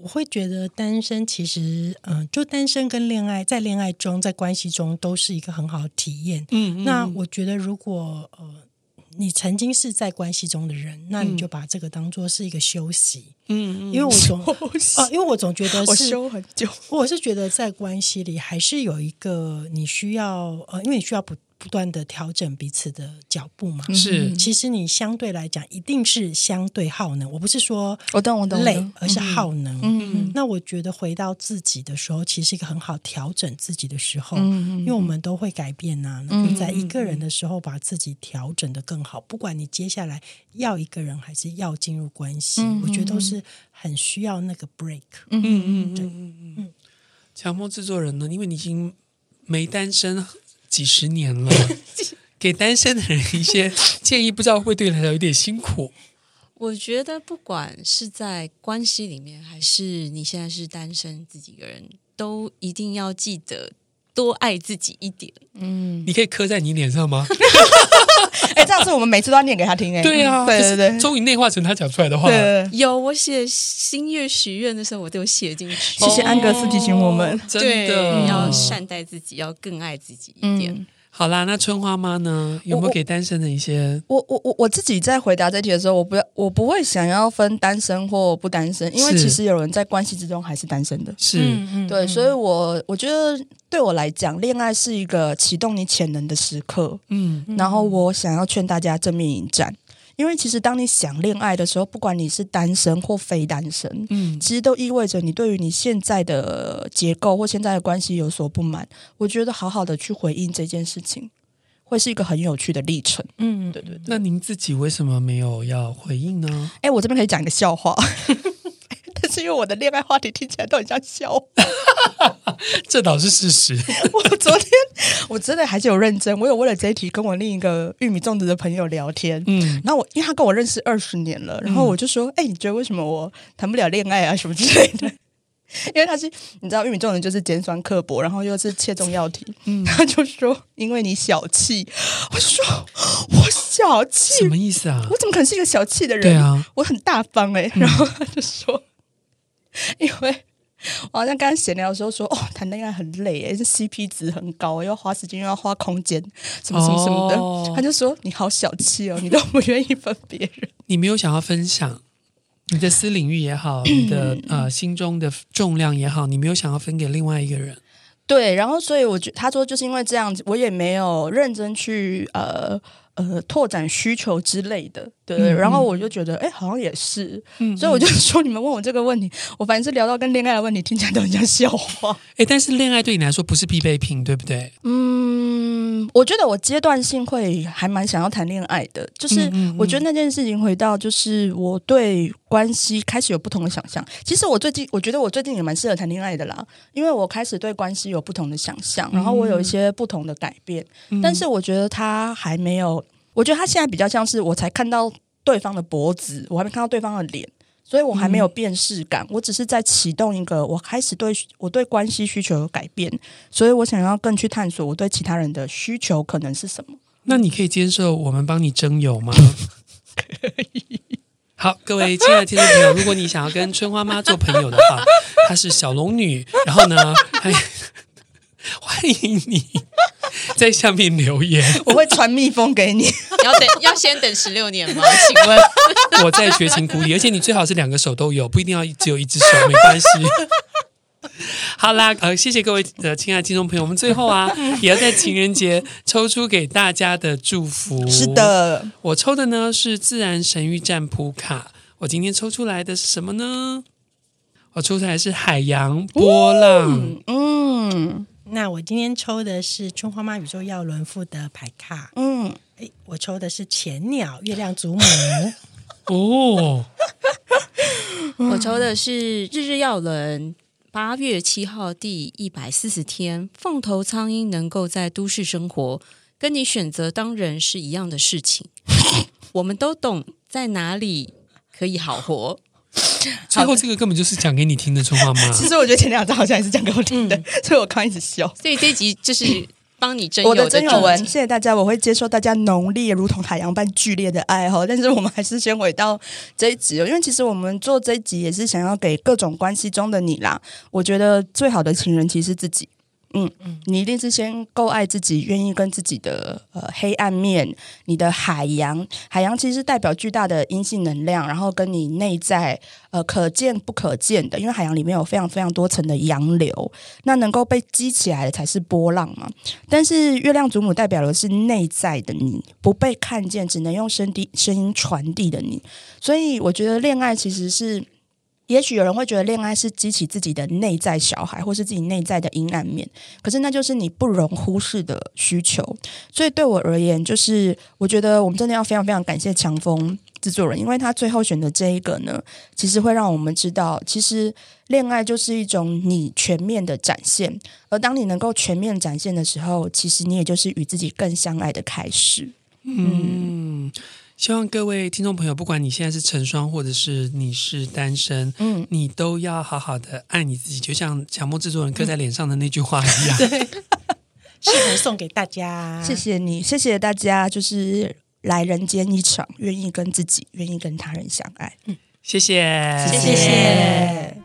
[SPEAKER 4] 我会觉得单身其实，嗯、就单身跟恋爱，在恋爱中，在关系中都是一个很好的体验。
[SPEAKER 2] 嗯
[SPEAKER 4] 那我觉得，如果呃你曾经是在关系中的人，那你就把这个当做是一个休息，
[SPEAKER 2] 嗯
[SPEAKER 4] 因为我总啊，因为我总觉
[SPEAKER 2] [LAUGHS]
[SPEAKER 4] 得
[SPEAKER 3] 我
[SPEAKER 4] 是，
[SPEAKER 3] 修很久，
[SPEAKER 4] 我是觉得在关系里还是有一个你需要呃，因为你需要不不断的调整彼此的脚步嘛。
[SPEAKER 2] 是
[SPEAKER 4] 其实你相对来讲一定是相对耗能，我不是说
[SPEAKER 3] 我懂，我懂，我懂
[SPEAKER 4] 累，而是耗能。
[SPEAKER 3] 嗯
[SPEAKER 4] 那我觉得回到自己的时候，其实是一个很好调整自己的时候，
[SPEAKER 3] 嗯
[SPEAKER 4] 因为我们都会改变呐、那就在一个人的时候，把自己调整的更好。不管你接下来要一个人，还是要进入关系，
[SPEAKER 3] 嗯
[SPEAKER 4] 我觉得都是很需要那个 break。
[SPEAKER 2] 嗯嗯嗯嗯。强迫制作人呢？因为你已经没单身几十年
[SPEAKER 3] [LAUGHS]
[SPEAKER 2] 了，给单身的人一些建议，不知道会对你来讲有点辛苦。
[SPEAKER 5] 我觉得不管是在关系里面，还是你现在是单身自己一个人，都一定要记得多爱自己一点。
[SPEAKER 3] 嗯
[SPEAKER 2] 你可以刻在你脸上吗？
[SPEAKER 3] 哎，这样是我们每次都要念给他听，哎，
[SPEAKER 2] 对啊，
[SPEAKER 3] 对
[SPEAKER 2] 就是
[SPEAKER 3] 对对，
[SPEAKER 2] 终于内化成他讲出来的话。
[SPEAKER 3] 对，
[SPEAKER 5] 有我写心愿许愿的时候，我都有写进去。
[SPEAKER 3] 谢谢安格斯提醒我们
[SPEAKER 2] 哦真
[SPEAKER 5] 对，
[SPEAKER 2] 的
[SPEAKER 5] 要善待自己，要更爱自己一点。
[SPEAKER 3] 嗯。
[SPEAKER 2] 好啦，那春花妈呢？有没有给单身的一些？
[SPEAKER 3] 我我我我自己在回答这题的时候，我不要，我不会想要分单身或不单身，因为
[SPEAKER 2] 是
[SPEAKER 3] 其实有人在关系之中还是单身的。
[SPEAKER 2] 是，嗯
[SPEAKER 3] 对，所以我我觉得对我来讲，恋爱是一个启动你潜能的时刻。
[SPEAKER 2] 嗯，
[SPEAKER 3] 然后我想要劝大家正面迎战，因为其实当你想恋爱的时候，不管你是单身或非单身，
[SPEAKER 2] 嗯
[SPEAKER 3] 其实都意味着你对于你现在的结构或现在的关系有所不满。我觉得好好的去回应这件事情，会是一个很有趣的历程。
[SPEAKER 4] 嗯，
[SPEAKER 3] 对对对，
[SPEAKER 2] 那您自己为什么没有要回应呢？ [LAUGHS]
[SPEAKER 3] [LAUGHS] 哎，我这边可以讲一个笑话。但是因为我的恋爱话题听起来都很像笑话。
[SPEAKER 2] 这倒是事
[SPEAKER 3] [LAUGHS]
[SPEAKER 2] 实。
[SPEAKER 3] 我昨天我真的还是有认真，我有为了这一题跟我另一个玉米种植的朋友聊天，
[SPEAKER 2] 嗯，
[SPEAKER 3] 然后我因为他跟我认识二十年了，然后我就说，哎、你觉得为什么我谈不了恋爱啊什么之类
[SPEAKER 2] [LAUGHS]
[SPEAKER 3] 的？因为他是你知道玉米种植就是尖酸刻薄，然后又是切中要题，
[SPEAKER 2] 嗯
[SPEAKER 3] 他就说因为你小气，我就说我小气
[SPEAKER 2] 什，么意思啊
[SPEAKER 3] 我？怎么可能是一个小气的人？
[SPEAKER 2] 对啊，
[SPEAKER 3] 我很大方哎、然后他就说， [LAUGHS] 因为我好像刚刚闲聊的时候说，哦，谈恋爱很累哎、这 CP 值很高、欸又要花时间，又要花空间，什么什么什么的。
[SPEAKER 2] 哦
[SPEAKER 3] 他就说你好小气哦，你都不愿意分别人。
[SPEAKER 2] 你没有想要分享你的私领域也好，你的呃心中的重量也好，你没有想要分给另外一个人。
[SPEAKER 3] 对，然后所以我觉他说就是因为这样子，我也没有认真去呃呃拓展需求之类的，对。
[SPEAKER 2] 嗯
[SPEAKER 3] 然后我就觉得，哎，好像也是，
[SPEAKER 2] 嗯
[SPEAKER 3] 所以我就说你们问我这个问题，我反正是聊到跟恋爱的问题，听起来都很像笑话。
[SPEAKER 2] 哎，但是恋爱对你来说不是必备品，对不对？
[SPEAKER 3] 嗯，我觉得我阶段性会还蛮想要谈恋爱的，就是
[SPEAKER 2] 嗯嗯嗯
[SPEAKER 3] 我觉得那件事情回到就是我对关系开始有不同的想象。其实我最近我觉得我最近也蛮适合谈恋爱的啦，因为我开始对关系有不同的想象，然后我
[SPEAKER 2] 嗯
[SPEAKER 3] 有一些不同的改变，但是我觉得他还没有，我觉得他现在比较像是我才看到对方的脖子，我还没看到对方的脸。所以我还没
[SPEAKER 2] 嗯
[SPEAKER 3] 有辨识感，我只是在启动一个，我开始对我对关系需求有改变，所以我想要更去探索我对其他人的需求可能是什么。 [LAUGHS]
[SPEAKER 2] 那你可以接受我们帮你征友吗？可以。好，各位亲爱的听众朋友，如果你想要跟春花妈做朋友的话， [LAUGHS] 她是小龙女，然后呢，还 [LAUGHS] 欢迎你在下面留言。
[SPEAKER 3] 我会传蜜蜂给你，
[SPEAKER 5] 要等要先等十六年吗？ [LAUGHS] 请问
[SPEAKER 2] 我在绝情谷底，而且你最好是两个手都有，不一定要只有一只手，没关系。好啦，呃，谢谢各位呃，亲爱的听众朋友，我们最后啊，也要在情人节抽出给大家的祝福。
[SPEAKER 3] [LAUGHS] 是，的，
[SPEAKER 2] 我抽的呢是自然神域占卜卡，我今天抽出来的是什么呢？我抽出来是海洋波浪，
[SPEAKER 3] 嗯
[SPEAKER 4] 那我今天抽的是春花妈宇宙耀伦附的牌卡，
[SPEAKER 3] 嗯，
[SPEAKER 4] 哎，我抽的是前鸟月亮祖母，
[SPEAKER 2] 哦，
[SPEAKER 5] 我抽的是日日耀人。八月七号第一百四十天，凤头苍鹰能够在都市生活，跟你选择当人是一样的事情。 [LAUGHS] 我们都懂在哪里可以好活。
[SPEAKER 2] 最后这个根本就是讲给你听的春花妈。
[SPEAKER 3] 其实我觉得前两张好像也是讲给我听的，所以我刚一直笑。
[SPEAKER 5] 所以这一集就是帮你征友
[SPEAKER 3] 我的真
[SPEAKER 5] 征
[SPEAKER 3] 友文，谢谢大家，我会接受大家浓烈如同海洋般剧烈的爱好。 [LAUGHS] 但是我们还是先回到这一集哦，因为其实我们做这一集也是想要给各种关系中的你啦。我觉得最好的情人其实是自己。嗯，你一定是先够爱自己，愿意跟自己的呃黑暗面，你的海洋，海洋其实代表巨大的阴性能量，然后跟你内在呃可见不可见的，因为海洋里面有非常非常多层的洋流，那能够被激起来的才是波浪嘛。但是月亮祖母代表的是内在的你，不被看见，只能用声低声音传递的你。所以我觉得恋爱其实是，也许有人会觉得恋爱是激起自己的内在小孩，或是自己内在的阴暗面，可是那就是你不容忽视的需求。所以对我而言，就是我觉得我们真的要非常非常感谢强风制作人，因为他最后选的这一个呢，其实会让我们知道，其实恋爱就是一种你全面的展现。而当你能够全面展现的时候，其实你也就是与自己更相爱的开始。
[SPEAKER 2] 嗯，希望各位听众朋友，不管你现在是成双，或者是你是单身，嗯，你都要好好的爱你自己，就像强迫制作人刻在脸上的那句话一 [LAUGHS] 样。
[SPEAKER 4] 适合送给大家。
[SPEAKER 2] 啊
[SPEAKER 3] 谢谢你，谢谢大家，就是来人间一场，愿意跟自己，愿意跟他人相爱。
[SPEAKER 2] 谢谢，
[SPEAKER 5] 谢谢。